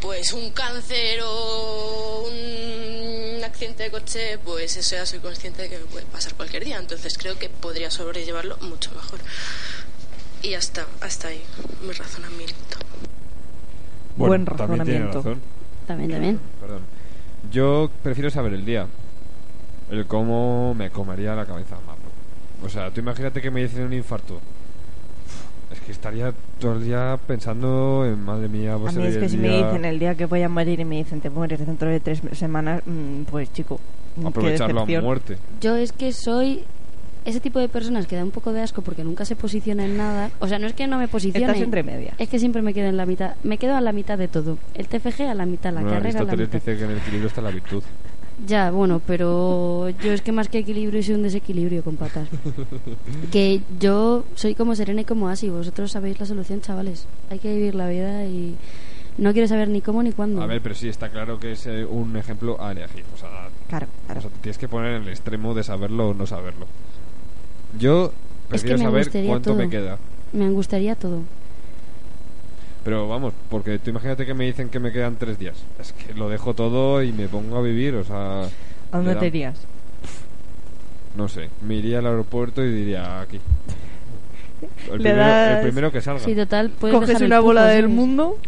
Speaker 12: pues un cáncer o un accidente de coche, pues eso ya soy consciente de que me puede pasar cualquier día. Entonces creo que podría sobrellevarlo mucho mejor. Y hasta, hasta ahí, mi razonamiento.
Speaker 5: Buen
Speaker 3: También tiene
Speaker 5: razonamiento.
Speaker 3: razón.
Speaker 4: También, también.
Speaker 3: Perdón. Yo prefiero saber el día. El cómo me comería la cabeza, mapo. O sea, tú imagínate que me dicen un infarto. Uf, Es que estaría todo el día pensando en madre mía,
Speaker 5: A
Speaker 3: pues
Speaker 5: mí
Speaker 3: hoy
Speaker 5: es que
Speaker 3: el
Speaker 5: si me
Speaker 3: día-
Speaker 5: dicen el día que voy a morir y me dicen te mueres dentro de tres semanas, mm, pues chico, mm, qué
Speaker 3: aprovecharlo a
Speaker 5: decepción.
Speaker 3: muerte.
Speaker 4: Yo es que soy ese tipo de personas que da un poco de asco porque nunca se posiciona en nada. O sea, no es que no me posicione.
Speaker 5: Estás entre media.
Speaker 4: Es que siempre me quedo en la mitad. Me quedo a la mitad de todo. El TFG a la mitad, la
Speaker 3: Bueno,
Speaker 4: carrera a la
Speaker 3: Aristóteles
Speaker 4: mitad.
Speaker 3: dice que en el equilibrio está la virtud.
Speaker 4: Ya, bueno, pero yo es que más que equilibrio soy un desequilibrio con patas. que yo soy como Serena y como Asi. Vosotros sabéis la solución, chavales. Hay que vivir la vida y no quiero saber ni cómo ni cuándo.
Speaker 3: A ver, pero sí, está claro que es eh, un ejemplo a elegir. O sea,
Speaker 5: Claro, claro.
Speaker 3: o sea, te tienes que poner en el extremo de saberlo o no saberlo. Yo
Speaker 4: Es que
Speaker 3: prefiero
Speaker 4: me
Speaker 3: saber
Speaker 4: gustaría
Speaker 3: cuánto me
Speaker 4: todo.
Speaker 3: queda.
Speaker 4: Me angustiaría todo.
Speaker 3: Pero vamos, porque tú imagínate que me dicen que me quedan tres días. Es que lo dejo todo y me pongo a vivir, o sea...
Speaker 5: ¿A dónde
Speaker 3: le da-
Speaker 5: te irías?
Speaker 3: No sé, me iría al aeropuerto y diría aquí. El,
Speaker 5: Le
Speaker 3: primero,
Speaker 5: das-
Speaker 3: el primero que salga.
Speaker 4: Sí, total, puedes
Speaker 5: Coges
Speaker 4: dejar el
Speaker 5: una bola
Speaker 4: truco,
Speaker 5: del
Speaker 4: ¿sabes?
Speaker 5: mundo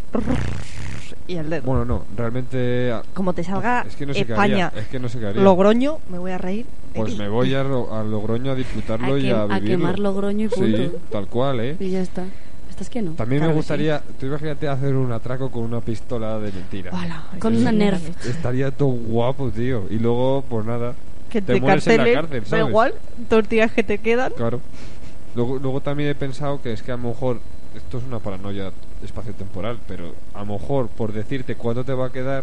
Speaker 5: y al dedo.
Speaker 3: Bueno, no, realmente... a-
Speaker 5: Como te salga
Speaker 3: es que no sé qué haría,
Speaker 5: España,
Speaker 3: es que no sé qué haría.
Speaker 5: Logroño, me voy a reír. de
Speaker 3: Pues
Speaker 5: ti.
Speaker 3: me voy a, Lo- a Logroño a disfrutarlo
Speaker 4: A
Speaker 3: y
Speaker 4: que-
Speaker 3: a
Speaker 4: a
Speaker 3: vivirlo.
Speaker 4: quemar Logroño y
Speaker 3: Sí,
Speaker 4: punto.
Speaker 3: tal cual, ¿eh?
Speaker 4: Y ya está. Estás que no.
Speaker 3: También
Speaker 5: Claro
Speaker 3: me
Speaker 5: que
Speaker 3: gustaría... Tú imagínate hacer un atraco con una pistola de mentira.
Speaker 5: Hola,
Speaker 4: Con
Speaker 5: eso
Speaker 4: una
Speaker 5: es
Speaker 4: Nerf.
Speaker 5: leche.
Speaker 3: Estaría todo guapo, tío. Y luego, pues nada,
Speaker 5: Que
Speaker 3: te
Speaker 5: de
Speaker 3: mueres en la
Speaker 5: carteles,
Speaker 3: cárcel,
Speaker 5: da
Speaker 3: ¿sabes?
Speaker 5: igual, dos días que te quedan.
Speaker 3: Claro. Luego, luego también he pensado que es que a lo mejor, esto es una paranoia espaciotemporal, pero a lo mejor por decirte cuánto te va a quedar,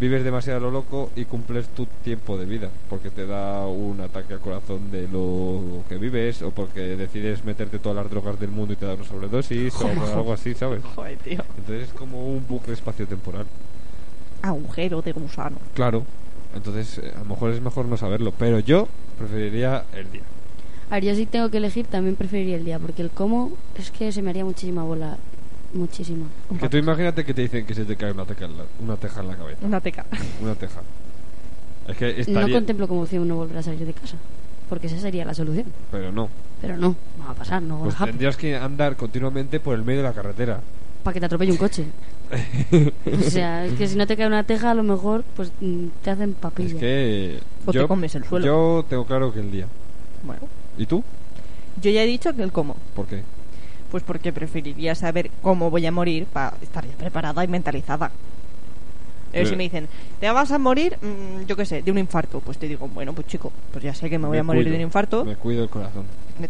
Speaker 3: vives demasiado a lo loco y cumples tu tiempo de vida, porque te da un ataque al corazón de lo que vives, o porque decides meterte todas las drogas del mundo y te da una sobredosis, o algo así, ¿sabes?
Speaker 5: Joder, tío.
Speaker 3: Entonces es como un bucle espaciotemporal.
Speaker 5: Agujero de gusano.
Speaker 3: Claro. Entonces, eh, a lo mejor es mejor no saberlo, pero yo preferiría el día.
Speaker 4: A ver, yo sí tengo que elegir, también preferiría el día, porque el cómo es que se me haría muchísima bola. Muchísima.
Speaker 3: Que tú imagínate que te dicen que se te cae una teca en la, una teja en la cabeza.
Speaker 5: Una teca. (laughs)
Speaker 3: Una teja. Es que
Speaker 4: No
Speaker 3: estaría...
Speaker 4: contemplo como opción no volver a salir de casa, porque esa sería la solución.
Speaker 3: pero no.
Speaker 4: Pero no, no va a pasar, no
Speaker 3: Pues tendrías que andar continuamente por el medio de la
Speaker 5: (laughs)
Speaker 3: carretera.
Speaker 4: para que te atropelle un coche.
Speaker 3: (laughs)
Speaker 4: o sea, es que si no te cae una teja, a lo mejor pues mm, te hacen papilla.
Speaker 3: Es que...
Speaker 5: O te comes el suelo.
Speaker 3: Yo tengo claro que el día.
Speaker 5: Bueno,
Speaker 3: ¿Y tú?
Speaker 5: yo ya he dicho que el cómo.
Speaker 3: ¿Por qué?
Speaker 5: Pues porque preferiría saber cómo voy a morir para estar ya preparada y mentalizada. Pero si
Speaker 3: Pero-
Speaker 5: me dicen, te vas a morir, mm, yo qué sé, de un infarto, pues te digo, bueno, pues chico, pues ya sé que me voy a morir
Speaker 3: cuido.
Speaker 5: de un infarto.
Speaker 3: Me cuido el corazón.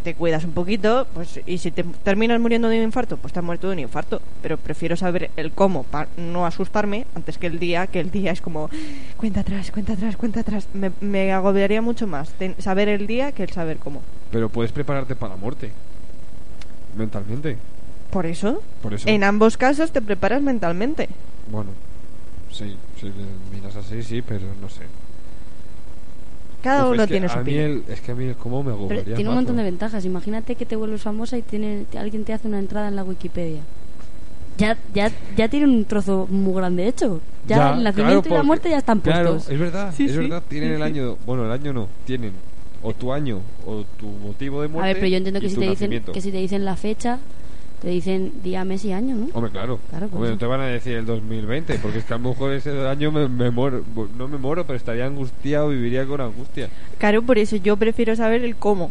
Speaker 5: te cuidas un poquito, pues y si te terminas muriendo de un infarto, pues te has muerto de un infarto. Pero prefiero saber el cómo para no asustarme antes que el día, que el día es como cuenta atrás, cuenta atrás, cuenta atrás. Me, me agobiaría mucho más ten- saber el día que el saber cómo.
Speaker 3: Pero puedes prepararte para la muerte. Mentalmente.
Speaker 5: Por eso,
Speaker 3: Por eso.
Speaker 5: en ambos casos te preparas mentalmente.
Speaker 3: Bueno, sí, si le miras así, sí, pero no sé.
Speaker 5: Cada
Speaker 3: Uf, Pues es
Speaker 5: uno
Speaker 3: que
Speaker 5: tiene
Speaker 3: a
Speaker 5: su
Speaker 3: mí
Speaker 5: opinión.
Speaker 3: el- Es que a mí el cómo me
Speaker 4: Pero
Speaker 3: agobiaría.
Speaker 4: tiene un montón de
Speaker 3: mazo.
Speaker 4: ventajas. Imagínate que te vuelves famosa y tiene, te- alguien te hace una entrada en la Wikipedia. Ya, ya, ya tiene un trozo muy grande hecho. Ya, el nacimiento
Speaker 3: claro,
Speaker 4: y la
Speaker 3: porque-
Speaker 4: muerte ya están
Speaker 3: claro,
Speaker 4: puestos.
Speaker 3: es verdad,
Speaker 4: Sí,
Speaker 3: es
Speaker 4: sí,
Speaker 3: verdad. Tienen
Speaker 4: sí,
Speaker 3: el
Speaker 4: sí.
Speaker 3: año, bueno, el año no, tienen o tu año o tu motivo de
Speaker 4: A
Speaker 3: muerte.
Speaker 4: ver, pero yo entiendo que
Speaker 3: y
Speaker 4: si,
Speaker 3: tu
Speaker 4: te dicen,
Speaker 3: nacimiento.
Speaker 4: que si te dicen la fecha, te dicen día, mes y año, ¿no?
Speaker 3: Hombre, claro.
Speaker 4: Claro, pues. por
Speaker 3: Hombre, no
Speaker 4: eso.
Speaker 3: te van a decir el 2020, porque es que a lo mejor ese año me, me muero. No me muero, pero estaría angustiado, viviría con angustia.
Speaker 5: Claro, por eso yo prefiero saber el cómo,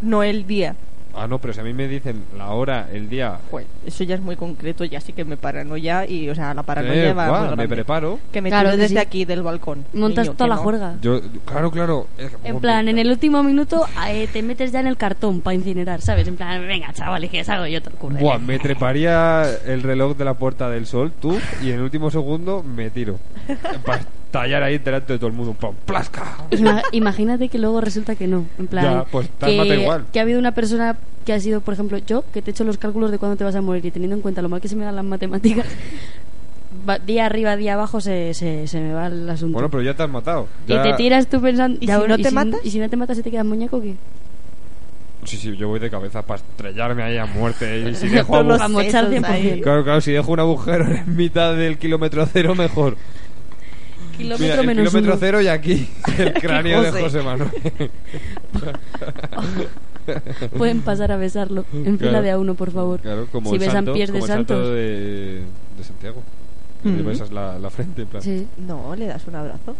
Speaker 5: no el día.
Speaker 3: Ah, no, pero si a mí me dicen la hora, el día. eh,
Speaker 5: Pues eso ya es muy concreto, ya sí que me paranoia y, o sea, la paranoia
Speaker 3: Eh,
Speaker 5: va
Speaker 3: guau,
Speaker 5: muy
Speaker 3: me
Speaker 5: grande.
Speaker 3: preparo.
Speaker 5: Que me
Speaker 4: Claro
Speaker 5: tiro
Speaker 4: que
Speaker 5: desde
Speaker 4: sí.
Speaker 5: aquí, del balcón.
Speaker 4: Montas
Speaker 5: niño,
Speaker 4: toda
Speaker 5: que
Speaker 4: la
Speaker 5: no.
Speaker 4: juerga.
Speaker 3: Yo, yo- claro, claro. eh,
Speaker 4: Ah. En
Speaker 3: hombre,
Speaker 4: plan, en el último minuto eh, te metes ya en el cartón para incinerar, ¿sabes? En plan, venga, chavales, que salgo yo todo el curro.
Speaker 3: Buah, me treparía el reloj de la Puerta del Sol, tú, y en el último segundo me
Speaker 4: (laughs)
Speaker 3: tiro. Para tallar ahí delante de todo el mundo. ¡Pam! ¡Plasca!
Speaker 4: Ima- imagínate que luego resulta que no. En plan,
Speaker 3: Ya, pues, te has matado
Speaker 4: que,
Speaker 3: igual.
Speaker 4: que ha habido una persona que ha sido, por ejemplo, yo, que te he hecho los cálculos de cuándo te vas a morir y teniendo en cuenta lo mal que se me dan las matemáticas, va- día arriba, día abajo se, se, se me va el asunto.
Speaker 3: Bueno, pero ya te has matado. Ya-
Speaker 4: Y te tiras tú pensando...
Speaker 5: ¿Y
Speaker 4: ya,
Speaker 5: si
Speaker 4: bueno,
Speaker 5: no te matas?
Speaker 4: ¿Y si no te matas y te quedas muñeco qué?
Speaker 3: Sí, sí, yo voy de cabeza para estrellarme ahí a muerte.
Speaker 4: (laughs)
Speaker 3: Y si dejo
Speaker 5: Todos
Speaker 3: agu-
Speaker 5: los
Speaker 4: Para mochar
Speaker 5: sesos ahí.
Speaker 4: 100%.
Speaker 3: Claro, claro, si dejo un agujero en (laughs) mitad del kilómetro cero, mejor.
Speaker 4: Kilómetro
Speaker 3: Mira, el
Speaker 4: menos
Speaker 3: kilómetro
Speaker 4: uno.
Speaker 3: cero y aquí el cráneo de
Speaker 5: José.
Speaker 3: José Manuel.
Speaker 4: (laughs) Pueden pasar a besarlo. En fila
Speaker 3: Claro.
Speaker 4: de a uno, (laughs) por favor.
Speaker 3: Claro, como
Speaker 4: si
Speaker 3: el
Speaker 4: besan
Speaker 3: santo,
Speaker 4: pies de
Speaker 3: como el santo
Speaker 4: santos. Mm.
Speaker 3: de, de Santiago. Que Le
Speaker 5: Ujú.
Speaker 3: besas la, la frente, en plan.
Speaker 4: Sí.
Speaker 5: No, le das un abrazo.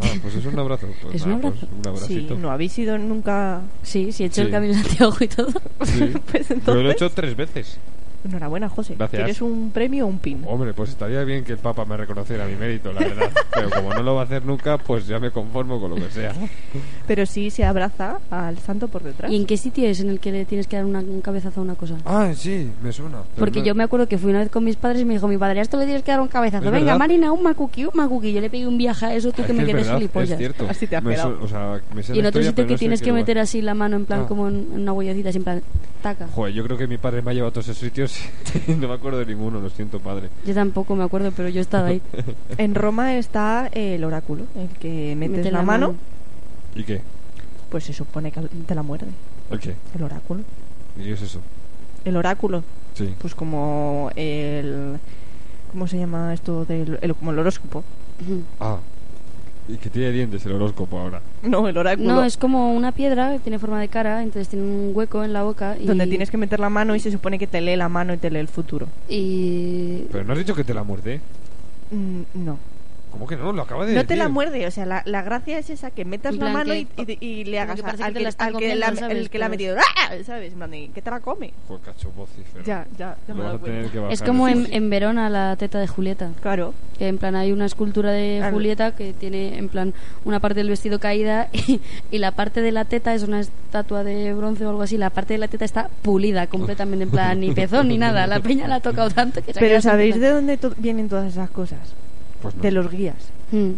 Speaker 3: Ah, pues es un abrazo. Pues
Speaker 4: (laughs) Es un
Speaker 3: nada,
Speaker 4: abrazo.
Speaker 3: Pues un
Speaker 5: Sí,
Speaker 3: abracito.
Speaker 5: no habéis ido nunca.
Speaker 4: Sí, sí, he hecho
Speaker 3: Sí.
Speaker 4: el camino de Santiago y todo. (laughs)
Speaker 3: Sí.
Speaker 5: Pues
Speaker 3: Yo lo he
Speaker 5: entonces.
Speaker 3: hecho tres veces.
Speaker 5: Enhorabuena, José.
Speaker 3: Gracias.
Speaker 5: ¿Quieres un premio o un pin?
Speaker 3: Hombre, pues estaría bien que el Papa me reconociera mi mérito, la
Speaker 4: (laughs)
Speaker 3: verdad. Pero como no lo va a hacer nunca, pues ya me conformo con lo que sea.
Speaker 5: Pero sí se abraza al santo por detrás.
Speaker 4: ¿Y en qué sitio es en el que le tienes que dar una, un cabezazo a una cosa?
Speaker 3: Ah, sí, me suena. Pero
Speaker 4: Porque
Speaker 3: no-
Speaker 4: yo me acuerdo que fui una vez con mis padres y me dijo mi padre, a esto le tienes que dar un cabezazo.
Speaker 3: Es
Speaker 4: Venga,
Speaker 3: verdad.
Speaker 4: Marina, un macuki, un macuki. Yo le pedí un viaje a eso, tú
Speaker 3: Es
Speaker 4: que me
Speaker 3: es
Speaker 4: quedé
Speaker 3: verdad,
Speaker 4: gilipollas.
Speaker 3: Es cierto.
Speaker 5: Así te has
Speaker 3: Me su-
Speaker 5: quedado.
Speaker 3: o sea, me sé
Speaker 4: Y
Speaker 3: la
Speaker 4: en otro
Speaker 3: historia,
Speaker 4: sitio
Speaker 3: pero
Speaker 4: que
Speaker 3: no sé
Speaker 4: tienes
Speaker 3: qué
Speaker 4: que meter
Speaker 3: lugar.
Speaker 4: así la mano en plan
Speaker 3: Ah.
Speaker 4: como en una huellecita, así en plan, taca.
Speaker 3: Joder, yo creo que mi padre me ha llevado a todos esos sitios (laughs) y no me acuerdo de ninguno, lo siento, padre.
Speaker 4: Yo tampoco me acuerdo, pero yo
Speaker 3: (laughs)
Speaker 4: estaba ahí.
Speaker 5: En Roma está el oráculo, el que metes
Speaker 4: Mete
Speaker 5: la, mano,
Speaker 3: ¿Y qué?
Speaker 5: pues se supone que te la muerde.
Speaker 3: ¿El qué?
Speaker 5: El oráculo.
Speaker 3: ¿Y qué es eso?
Speaker 5: El oráculo,
Speaker 3: Sí.
Speaker 5: pues como el. ¿Cómo se llama esto? Del, el- como el horóscopo. (laughs)
Speaker 4: Ujú.
Speaker 3: Ah. Y que tiene dientes el horóscopo ahora.
Speaker 5: No, el oráculo.
Speaker 4: No, es como una piedra que tiene forma de cara, entonces tiene un hueco en la boca y...
Speaker 5: Donde tienes que meter la mano y se supone que te lee la mano y te lee el futuro.
Speaker 4: Y...
Speaker 3: Pero no has dicho que te la muerde.
Speaker 5: Mm, no.
Speaker 3: ¿Cómo que no? Lo acaba de
Speaker 5: No
Speaker 3: decir.
Speaker 5: te la muerde, o sea, la, la gracia es esa, que metas
Speaker 4: En
Speaker 5: la
Speaker 4: plan
Speaker 5: mano
Speaker 4: que-
Speaker 5: y, y- y le
Speaker 4: como
Speaker 5: hagas
Speaker 4: que parece
Speaker 5: al
Speaker 4: que
Speaker 5: que,
Speaker 4: te la están
Speaker 5: al que la-
Speaker 4: comiendo, ¿sabes?
Speaker 5: el que la ha
Speaker 4: Pero
Speaker 5: metido, ¡ah! ¿sabes? En plan de, ¿Qué te la come?
Speaker 4: (laughs)
Speaker 3: Joder, cacho vocífero.
Speaker 5: Ya, ya,
Speaker 3: Lo
Speaker 5: ya me
Speaker 3: vas
Speaker 5: lo
Speaker 3: a tener que
Speaker 4: Es
Speaker 3: bajar
Speaker 4: como
Speaker 3: de-
Speaker 4: en, en Verona la teta de Julieta.
Speaker 5: Claro.
Speaker 4: Que en plan hay una escultura de
Speaker 5: Al-
Speaker 4: Julieta que tiene en plan una parte del vestido caída (laughs) y, y la parte de la teta es una estatua de bronce o algo así. La parte de la teta está pulida completamente, en
Speaker 3: (laughs)
Speaker 4: plan ni pezón ni nada. La peña la ha tocado tanto que se ha
Speaker 5: Pero
Speaker 4: quedado sin
Speaker 5: ¿sabéis de
Speaker 4: pezón.
Speaker 5: dónde to- vienen todas esas cosas?
Speaker 3: Pues no.
Speaker 5: De los guías.
Speaker 4: Mm.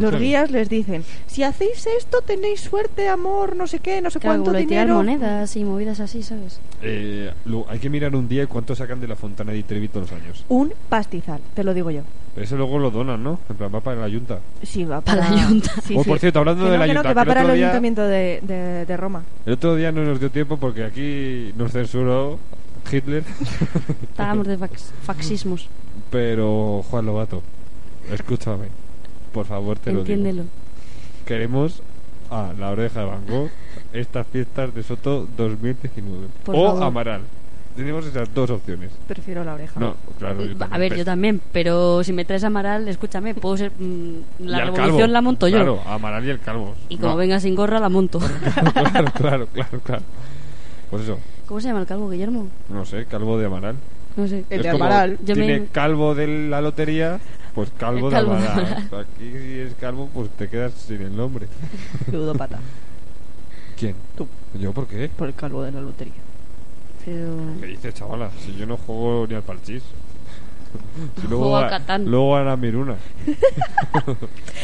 Speaker 5: Los
Speaker 3: Claro.
Speaker 5: guías les dicen, si hacéis esto tenéis suerte, amor, no sé qué, no sé
Speaker 4: Claro,
Speaker 5: cuánto
Speaker 4: como de tirar
Speaker 5: dinero.
Speaker 4: monedas y movidas así, ¿sabes?
Speaker 3: Eh, lo- hay que mirar un día cuánto sacan de la Fontana de Trevi todos los años.
Speaker 5: Un pastizal, te lo digo yo.
Speaker 3: Pero eso luego lo donan, ¿no? En plan, va para la Junta.
Speaker 5: Sí, va
Speaker 4: Para
Speaker 5: para,
Speaker 4: la yunta.
Speaker 5: Sí,
Speaker 3: Oh,
Speaker 5: sí.
Speaker 3: por cierto, hablando
Speaker 5: Que
Speaker 3: de
Speaker 5: no,
Speaker 3: la
Speaker 5: que no,
Speaker 3: yunta,
Speaker 5: que va
Speaker 3: que el
Speaker 5: para el
Speaker 3: otro día-
Speaker 5: ayuntamiento de, de- de Roma.
Speaker 3: El otro día no nos dio tiempo porque aquí nos censuró Hitler, (laughs)
Speaker 4: Estábamos de fax- faxismos.
Speaker 3: pero Juan Lobato, escúchame, por favor te
Speaker 4: Entiéndelo.
Speaker 3: lo digo. Queremos a La Oreja de Van Gogh estas fiestas de Soto 2019
Speaker 4: Por
Speaker 3: o
Speaker 4: favor. Ah,
Speaker 3: Amaral. Tenemos esas dos opciones.
Speaker 5: Prefiero la oreja.
Speaker 3: No, claro. yo
Speaker 4: A ver, yo también, pero si me traes a Amaral, escúchame, puedo ser. mm,
Speaker 3: Y
Speaker 4: la
Speaker 3: al
Speaker 4: revolución
Speaker 3: calvo.
Speaker 4: la monto yo.
Speaker 3: Claro, Amaral y el calvo.
Speaker 4: Y como
Speaker 3: No,
Speaker 4: venga sin gorra, la monto.
Speaker 3: (laughs) claro, claro, claro, claro. Pues eso,
Speaker 4: ¿Cómo se llama el calvo, Guillermo?
Speaker 3: no sé, calvo de Amaral.
Speaker 4: No sé.
Speaker 5: El
Speaker 3: Es
Speaker 5: de
Speaker 3: como,
Speaker 5: Amaral.
Speaker 4: Yo me-
Speaker 3: tiene calvo de la lotería, pues calvo,
Speaker 4: El calvo
Speaker 3: de
Speaker 4: de
Speaker 3: Amaral.
Speaker 4: Amaral.
Speaker 3: Aquí si es calvo, pues te quedas sin el nombre.
Speaker 5: Ludópata.
Speaker 3: ¿Quién?
Speaker 5: Tú.
Speaker 3: ¿Yo por qué?
Speaker 5: Por el calvo de la lotería.
Speaker 4: Pero...
Speaker 3: ¿Qué dices, chavala? Si yo no juego ni al
Speaker 5: (laughs)
Speaker 3: parchís. Si luego,
Speaker 5: Juego a
Speaker 3: a-
Speaker 5: Catán.
Speaker 3: luego a la
Speaker 5: (laughs)
Speaker 3: Miruna.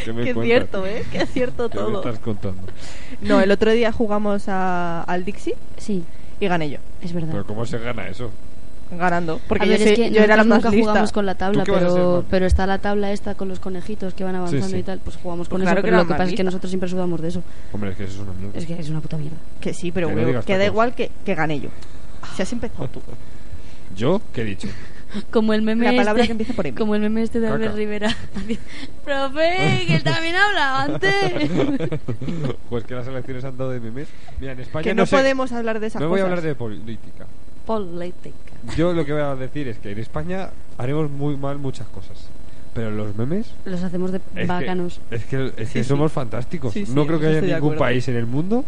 Speaker 3: ¿Qué me
Speaker 5: Que es
Speaker 3: cuentas?
Speaker 5: cierto, ¿eh? Que es cierto
Speaker 3: ¿Qué me
Speaker 5: todo.
Speaker 3: estás contando?
Speaker 5: No, el otro día jugamos a- al Dixie.
Speaker 4: Sí.
Speaker 5: Y gané yo.
Speaker 4: Es verdad.
Speaker 3: ¿Pero cómo se gana eso?
Speaker 5: Ganando. Porque
Speaker 4: a
Speaker 5: yo,
Speaker 4: ver,
Speaker 5: sé-
Speaker 4: es que
Speaker 5: yo era la
Speaker 4: nosotros
Speaker 5: más
Speaker 4: nunca
Speaker 5: lista.
Speaker 4: jugamos con la
Speaker 5: ¿Tú
Speaker 4: tabla,
Speaker 5: qué vas a ser,
Speaker 4: pero,
Speaker 5: Marta?
Speaker 4: pero está la tabla esta con los conejitos que van avanzando
Speaker 5: sí.
Speaker 4: y tal. Pues jugamos con
Speaker 5: Pues claro
Speaker 4: eso,
Speaker 5: que
Speaker 4: pero
Speaker 5: era
Speaker 4: lo que
Speaker 5: más
Speaker 4: pasa es que
Speaker 5: lista.
Speaker 4: nosotros siempre sudamos de eso.
Speaker 3: Hombre, es que eso es una mierda.
Speaker 4: Es que es una puta mierda.
Speaker 5: Que sí, pero
Speaker 3: Que no
Speaker 5: bueno,
Speaker 3: digas
Speaker 5: que da
Speaker 3: tacos.
Speaker 5: igual que, que gané yo.
Speaker 4: Ah.
Speaker 5: Si has empezado
Speaker 4: (laughs)
Speaker 5: tú.
Speaker 3: ¿Yo? ¿Qué he dicho?
Speaker 4: Como el meme
Speaker 5: La palabra (laughs)
Speaker 4: este,
Speaker 5: que empieza por M.
Speaker 4: Como el meme este de Albert
Speaker 3: Caca.
Speaker 4: Rivera. (laughs) Profe, que él también
Speaker 3: (laughs)
Speaker 4: habla antes.
Speaker 5: (laughs)
Speaker 3: pues que las elecciones han dado de memes. Mira, en España
Speaker 5: Que no
Speaker 3: sé-
Speaker 5: podemos hablar de esas
Speaker 3: No voy a
Speaker 5: cosas.
Speaker 3: hablar de política.
Speaker 4: Política.
Speaker 3: Yo lo que voy a decir es que en España haremos muy mal muchas cosas. Pero los memes...
Speaker 4: Los hacemos de
Speaker 3: Es que-
Speaker 4: bacanos.
Speaker 3: Es que, es
Speaker 4: Sí,
Speaker 3: que
Speaker 4: sí.
Speaker 3: somos fantásticos.
Speaker 4: Sí, sí,
Speaker 3: no creo que
Speaker 4: eso
Speaker 3: haya
Speaker 4: estoy de
Speaker 3: ningún
Speaker 4: acuerdo.
Speaker 3: país en el mundo...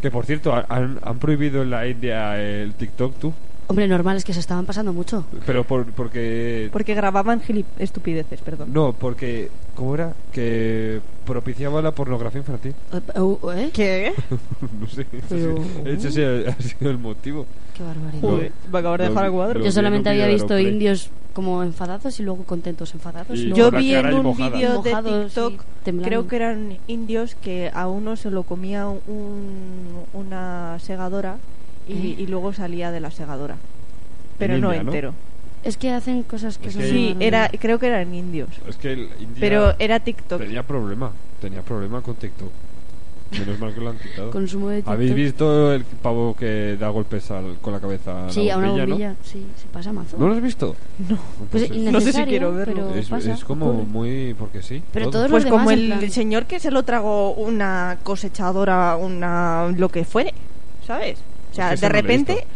Speaker 3: Que, por cierto, ha- han, han prohibido en la India el TikTok, tú.
Speaker 4: Hombre, normal, es que se estaban pasando mucho.
Speaker 3: Pero por- porque...
Speaker 5: Porque grababan gilip estupideces, perdón.
Speaker 3: No, porque... ¿Cómo era? Que propiciaba la pornografía infantil. (laughs)
Speaker 4: Eh, uh,
Speaker 5: ¿Qué?
Speaker 3: no sé.
Speaker 4: Pero- uh.
Speaker 3: Ese, sí ha- ha sido el motivo.
Speaker 4: Qué barbaridad.
Speaker 5: Joder, me acabas de dejar a cuadro.
Speaker 4: Yo solamente había visto
Speaker 3: indios
Speaker 4: indios como enfadados y luego contentos, enfadados.
Speaker 3: Y
Speaker 4: luego-
Speaker 5: Yo
Speaker 3: con la
Speaker 5: vi
Speaker 3: cara
Speaker 5: en
Speaker 3: ahí
Speaker 5: un
Speaker 3: mojada.
Speaker 5: vídeo de
Speaker 4: Mojados, sí,
Speaker 5: TikTok,
Speaker 4: temblando.
Speaker 5: creo que eran indios que a uno se lo comía un- una segadora y,
Speaker 4: ¿Eh?
Speaker 5: y luego salía de la segadora. Pero
Speaker 3: En
Speaker 5: no
Speaker 3: India, ¿no?
Speaker 5: entero.
Speaker 4: Es que hacen cosas que
Speaker 3: Es
Speaker 4: son.
Speaker 3: que-
Speaker 5: Sí,
Speaker 4: una
Speaker 5: era,
Speaker 4: barbaridad.
Speaker 5: creo que eran indios.
Speaker 3: Es que el India
Speaker 5: Pero era TikTok.
Speaker 3: tenía problema, tenía problema con TikTok. Menos mal que lo han quitado.
Speaker 4: Consumo de TikTok.
Speaker 3: ¿Habéis visto el pavo que da golpes al- con la cabeza? a
Speaker 4: Sí,
Speaker 3: la
Speaker 4: a una
Speaker 3: ¿no?
Speaker 4: bombilla. Sí, se pasa mazo.
Speaker 3: ¿No lo has visto?
Speaker 5: No.
Speaker 4: Pues
Speaker 5: No sé si quiero verlo.
Speaker 4: pero
Speaker 3: es,
Speaker 4: pasa,
Speaker 3: es como
Speaker 4: ocurre.
Speaker 3: muy porque sí.
Speaker 4: Pero
Speaker 3: todo.
Speaker 4: todos
Speaker 5: Pues
Speaker 4: los demás,
Speaker 5: como
Speaker 4: en
Speaker 5: el
Speaker 4: plan-
Speaker 5: señor que se lo tragó una cosechadora, una lo que fuere, ¿sabes? O sea,
Speaker 3: Es que eso
Speaker 5: de
Speaker 3: no lo he
Speaker 5: repente,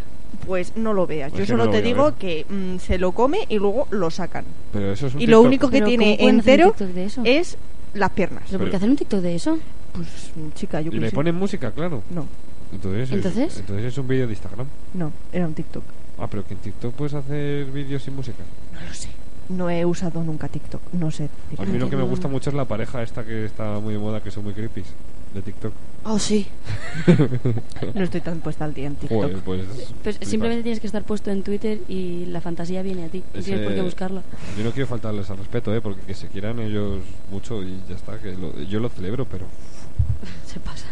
Speaker 5: pues no lo veas.
Speaker 3: Es
Speaker 5: Yo
Speaker 3: que no
Speaker 5: solo
Speaker 3: lo
Speaker 5: te
Speaker 3: voy a
Speaker 5: digo
Speaker 3: ver.
Speaker 5: que mm, se lo come y luego lo sacan.
Speaker 3: Pero eso es un
Speaker 5: Y lo
Speaker 3: TikTok.
Speaker 5: único que
Speaker 4: Pero
Speaker 5: tiene
Speaker 4: ¿cómo pueden hacer
Speaker 5: entero
Speaker 4: un TikTok de eso?
Speaker 5: es las piernas.
Speaker 4: ¿Pero por qué
Speaker 3: Pero-
Speaker 4: hacer un TikTok de eso?
Speaker 5: Pues chica, yo
Speaker 3: Y
Speaker 5: qué
Speaker 3: le
Speaker 5: sé.
Speaker 3: ponen música, claro.
Speaker 5: No,
Speaker 3: Entonces, es-
Speaker 4: ¿Entonces?
Speaker 3: entonces es un vídeo de Instagram.
Speaker 5: no, era un TikTok.
Speaker 3: Ah, pero que en TikTok puedes hacer vídeos sin música.
Speaker 5: No lo sé. No he usado nunca TikTok, no sé.
Speaker 3: A mí lo que me gusta mucho es la pareja esta que está muy de moda, que son muy creepy de TikTok.
Speaker 5: Ah,
Speaker 4: Oh, sí.
Speaker 5: No estoy tan puesta al día en TikTok.
Speaker 3: Joder, pues,
Speaker 4: Pues
Speaker 3: flipas.
Speaker 4: simplemente tienes que estar puesto en Twitter y la fantasía viene a ti. No
Speaker 3: Ese-
Speaker 4: tienes por qué buscarla.
Speaker 3: Yo no quiero faltarles al respeto, ¿eh? porque que se quieran ellos mucho y ya está, que lo- yo lo celebro, pero
Speaker 4: Se pasa.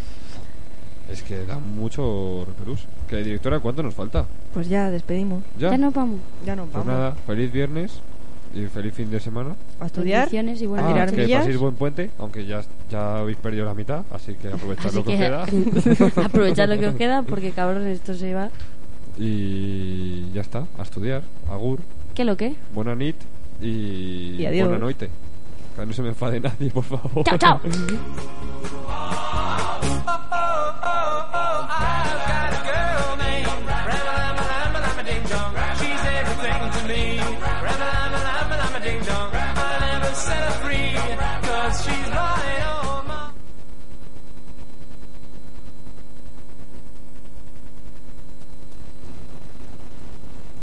Speaker 3: es que da mucho repelús. Que directora, ¿cuánto nos falta?
Speaker 5: Pues ya despedimos.
Speaker 3: Ya,
Speaker 4: Ya nos vamos.
Speaker 5: Ya nos
Speaker 3: pues
Speaker 5: vamos.
Speaker 3: nada, feliz viernes y feliz fin de semana. Ah,
Speaker 5: A estudiar.
Speaker 4: Bendiciones y buenas
Speaker 5: a tirar
Speaker 4: noches.
Speaker 3: que
Speaker 5: millas.
Speaker 3: paséis buen puente, aunque ya, ya habéis perdido la mitad, así que aprovechad
Speaker 4: Así
Speaker 3: lo que, os queda.
Speaker 4: que (laughs) aprovechad lo que os queda porque cabrón, esto se va.
Speaker 3: Y ya está, a estudiar, agur,
Speaker 4: ¿Qué lo que?
Speaker 3: buena nit y,
Speaker 5: Y adiós.
Speaker 3: buena noche. Que no se me enfade nadie, por favor.
Speaker 4: Chao, chao.
Speaker 2: I